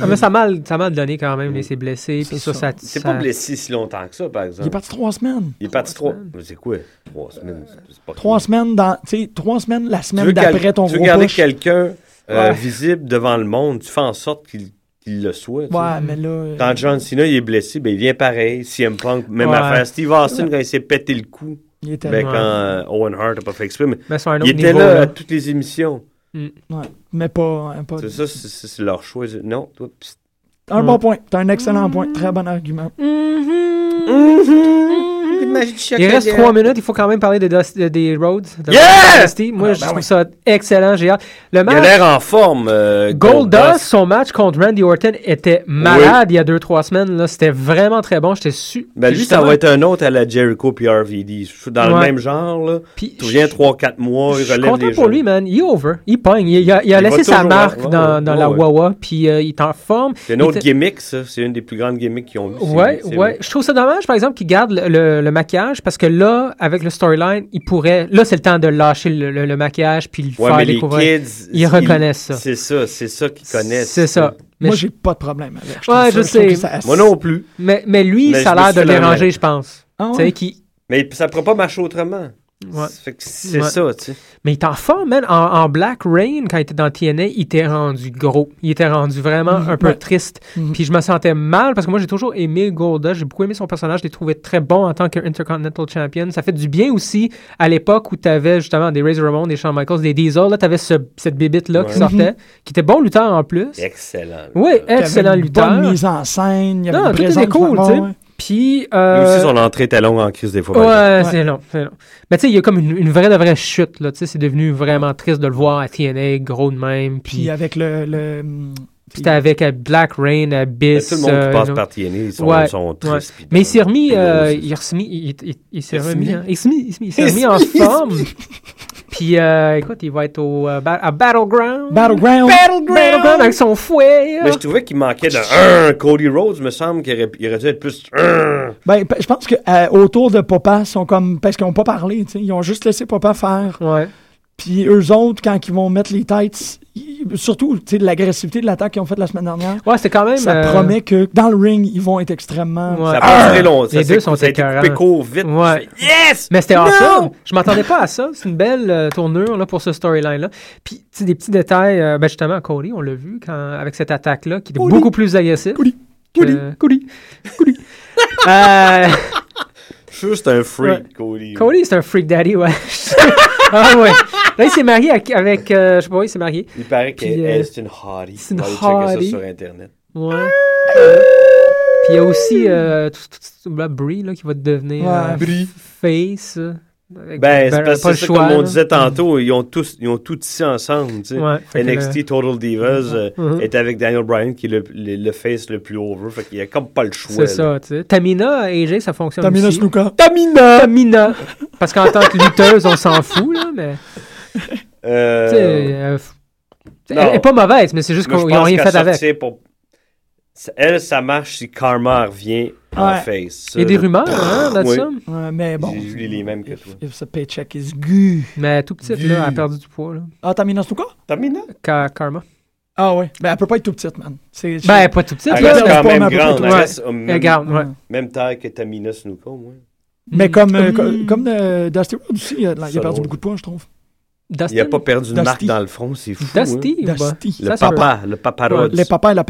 F: Ah, mais ça a mal, ça a mal donné quand même. Il s'est blessé. Puis ça, ça.
G: C'est
F: ça-
G: Mm. pas blessé si longtemps que ça, par exemple.
C: Il est parti trois semaines.
G: Il est parti trois. Mais C'est quoi Trois semaines. c'est- c'est pas
C: Trois semaines dans, tu sais, trois semaines la
G: Tu
C: semaine
G: veux gal-
C: d'après ton
G: tu veux
C: gros
G: garder
C: push.
G: quelqu'un euh,
C: Ouais.
G: visible devant le monde, tu fais en sorte qu'il qu'il le soit. tu sais.
C: Ouais, mais là. euh,
G: Quand John Cena il est blessé, ben, il vient pareil. CM Punk, même
F: Ouais.
G: affaire. Steve Austin, quand il s'est pété le cou,
C: Il était
G: ben,
F: là.
G: quand euh, Owen Hart n'a pas fait exprès, mais
F: Mais c'est ben, un
G: il
F: autre
G: était
F: niveau,
G: là,
F: là.
G: à toutes les émissions.
F: Mm.
C: Ouais, mais pas. hein, pas-
G: C'est ça, c'est- c'est c'est leur choix. Non, toi, psst.
C: Un bon point. T'as un excellent point. Très bon argument.
F: Il reste trois minutes, il faut quand même parler des, Dust- de- des Rhodes. de
G: Yeah!
F: Dusty. Moi,
G: Ah,
F: je
G: ben
F: trouve
G: oui.
F: ça excellent, j'ai hâte. Le
G: il a
F: match,
G: l'air en forme. euh,
F: Ben, Goldust,
G: Goldust.
F: son match contre Randy Orton était malade il y a deux, trois semaines. là. C'était vraiment très bon, j'étais su.
G: Ben, lui, ça
F: justement-
G: va être un autre à la Jericho puis RVD. Dans le
F: Ouais.
G: même genre, là. tu viens 3-4 mois,
F: Je
G: il
F: suis
G: relève
F: content
G: les
F: pour
G: gens.
F: lui, man. Il est over. Il pogne. Il, il a, il a
G: Il
F: laissé
G: va
F: sa
G: toujours-
F: marque
G: ouais,
F: dans,
G: ouais,
F: dans la
G: ouais.
F: Wawa, puis euh, il est en forme.
G: C'est une
F: Il
G: autre
F: était-
G: gimmick, ça. C'est une des plus grandes gimmicks qu'ils ont eues. c'est-
F: Ouais,
G: c'est-
F: ouais. Je trouve ça dommage, par exemple, qu'il garde le, le- le maquillage parce que là, avec le storyline, il pourrait. Là, c'est le temps de lâcher le, le- le maquillage puis le
G: Ouais,
F: faire
G: mais les
F: découvrir.
G: kids,
F: ils reconnaissent ça.
G: C'est ça, c'est ça qu'ils connaissent.
F: C'est ça. Mais
C: Moi,
F: je-
C: j'ai pas de problème avec. trouve
F: Ouais,
C: ça-
F: je
C: trouve
F: sais.
C: que ça-
G: Moi non plus.
F: Mais, mais lui,
G: Mais
F: ça a
G: je me
F: l'air de
G: suis
F: le
G: fait la
F: déranger,
G: même.
F: je pense.
C: Ah
F: Tu
C: ouais?
F: sais, qui.
G: Mais ça ne pourra pas marcher autrement. Fait que C'est
F: Ouais.
G: ça, tu sais.
F: Mais il t'en forme, man. En, en Black Rain, quand il était dans TNA, il était rendu gros. Il était rendu vraiment un peu
C: ouais.
F: triste.
C: Mhm.
F: Puis je me sentais mal parce que moi, j'ai toujours aimé Golda. J'ai beaucoup aimé son personnage. Je l'ai trouvé très bon en tant qu'Intercontinental Champion. Ça fait du bien aussi à l'époque où tu avais justement des Razor Ramon, des Shawn Michaels, des Diesel. Là, tu avais cette bébite-là
G: Ouais.
F: qui sortait,
C: Mhm.
F: qui était bon lutteur en plus.
G: Excellent. Euh,
F: Oui,
C: Il y avait
F: excellent
C: une
F: lutteur.
C: Bonne mise en scène. Il y avait
F: Non,
C: une
F: tout était
C: présence,
F: cool, tu sais.
C: ouais.
F: Puis.
G: Lui
F: euh,
G: aussi, son entrée était longue en crise des fois. par
F: Ouais,
G: exemple.
F: c'est long, c'est long. Mais tu sais, il y a comme une, une vraie de vraie chute, là. Tu sais, c'est devenu vraiment triste de le voir à TNA, gros de même. Puis
C: Puis avec le. le
F: puis c'était avec euh, Black Rain,
G: Mais
F: Abyss.
G: Tout le monde
F: euh,
G: qui passe
F: non.
G: par TNA, ils sont,
F: Ouais,
G: sont
F: ouais.
G: tristes. puis
F: Mais il s'est remis,
G: puis
F: euh,
G: là,
F: il s'est remis, il, il- il s'est
G: Il s'est
F: remis,
G: remis.
F: hein. il s'est mis- il s'est
G: Il
F: remis en
G: s'est- il s'est
F: forme. Puis, euh, écoute, il va être au, euh, ba- à Battleground.
C: Battleground.
F: Battleground avec son fouet.
G: Mais je trouvais qu'il manquait de un Cody Rhodes, me semble qu'il aurait, il aurait dû être plus un.
C: Ben, p- je pense que euh, autour de Papa sont comme parce qu'ils n'ont pas parlé, tu sais, ils ont juste laissé Papa faire. Puis eux autres, quand ils vont mettre les têtes, ils- surtout, tu sais, de l'agressivité de l'attaque qu'ils ont faite la semaine dernière.
F: Ouais, c'était quand même,
C: Ça
F: euh,
C: promet que dans le ring, ils vont être extrêmement.
F: Ouais.
G: Ça a pas duré long.
F: Les
G: ça
F: deux
G: s'est-
F: sont
G: ça a été
F: écœurants.
G: coupé court, vite.
F: Ouais.
G: Yes!
F: Mais c'était
G: Non!
F: awesome. Je m'attendais pas à ça. C'est une belle euh, tournure là, pour ce storyline-là. Puis, tu sais, des petits détails. euh, ben justement, Cody, on l'a vu quand, avec cette attaque-là qui était
C: Cody.
F: beaucoup plus agressive. Cody,
C: Cody,
F: Cody, Euh,
G: Je suis juste un freak,
F: Ouais.
G: Cody.
F: Cody, c'est un freak daddy, ouais. ah ouais. Là, il s'est marié avec- avec. euh, je sais pas, il s'est marié.
G: Il paraît qu'elle
F: Puis, euh,
G: elle, c'est une hottie.
F: c'est une
G: Va aller checker
F: hottie.
G: ça sur Internet.
F: Ouais. Puis il y a aussi euh, tout, tout, tout- là, Brie là, qui va devenir
G: Ouais.
F: euh,
G: Brie.
F: Face. euh, avec-
G: Ben, c'est parce
F: pas
G: que
F: le
G: c'est ça,
F: choix,
G: comme on
F: là. Mm-hmm.
G: disait tantôt, ils ont, tous, ils ont tout tissé ensemble. tu sais.
F: Ouais, fait que
G: NXT
F: le-
G: Total Divas euh,
F: Mhm.
G: est avec Daniel Bryan, qui est le, le- le face le plus over. Fait qu'il n'y a comme pas le choix.
F: C'est
G: là.
F: ça, tu sais. Tamina et AJ, ça fonctionne
C: Tamina
F: aussi.
C: Snuka.
F: Tamina! Tamina! Parce qu'en tant que lutteuse, on s'en fout, là, mais...
G: Euh,
F: tu sais, euh, f-
G: non.
F: Elle est pas mauvaise, mais c'est juste
G: Moi, je
F: qu'ils n'ont
G: pense
F: rien
G: qu'à
F: fait avec.
G: sortir pour- Ça- Elle, ça marche si Karma revient en
C: Ouais.
G: face.
F: Il y a des rumeurs, hein,
G: de
F: là-dessus.
C: Ouais, mais bon.
G: J'ai lu les mêmes que toi.
C: If the paycheck is good.
F: Mais tout petite,
C: Du-
F: là, elle a perdu du poids, là.
C: Ah, Tamina Snuka?
G: Tamina?
F: Ka- Karma.
C: Ah oui. Ben, elle peut pas être tout petite, man. C'est-
F: Ben, elle est pas tout petite,
G: Elle
F: là.
G: reste
F: mais
G: quand
F: pas-
G: même
F: mais pas
G: grande.
F: tout-
G: Elle
F: ouais. Eh,
G: reste au même,
F: Regarde, ouais.
G: même taille que Tamina Snuka, moi.
C: Mais comme,
F: mm.
C: euh, co- comme euh, Dusty Rhodes aussi, il a, il a
G: Ça
C: perdu
G: drôle.
C: beaucoup de poids, je trouve.
G: Il n'a pas perdu une
C: Dusty.
G: marque dans le front, c'est fou.
F: Dusty,
G: hein.
F: ou pas?
C: Dusty.
G: Le
F: Ça, ça
G: papa, le papa Rhodes.
C: Les papas et la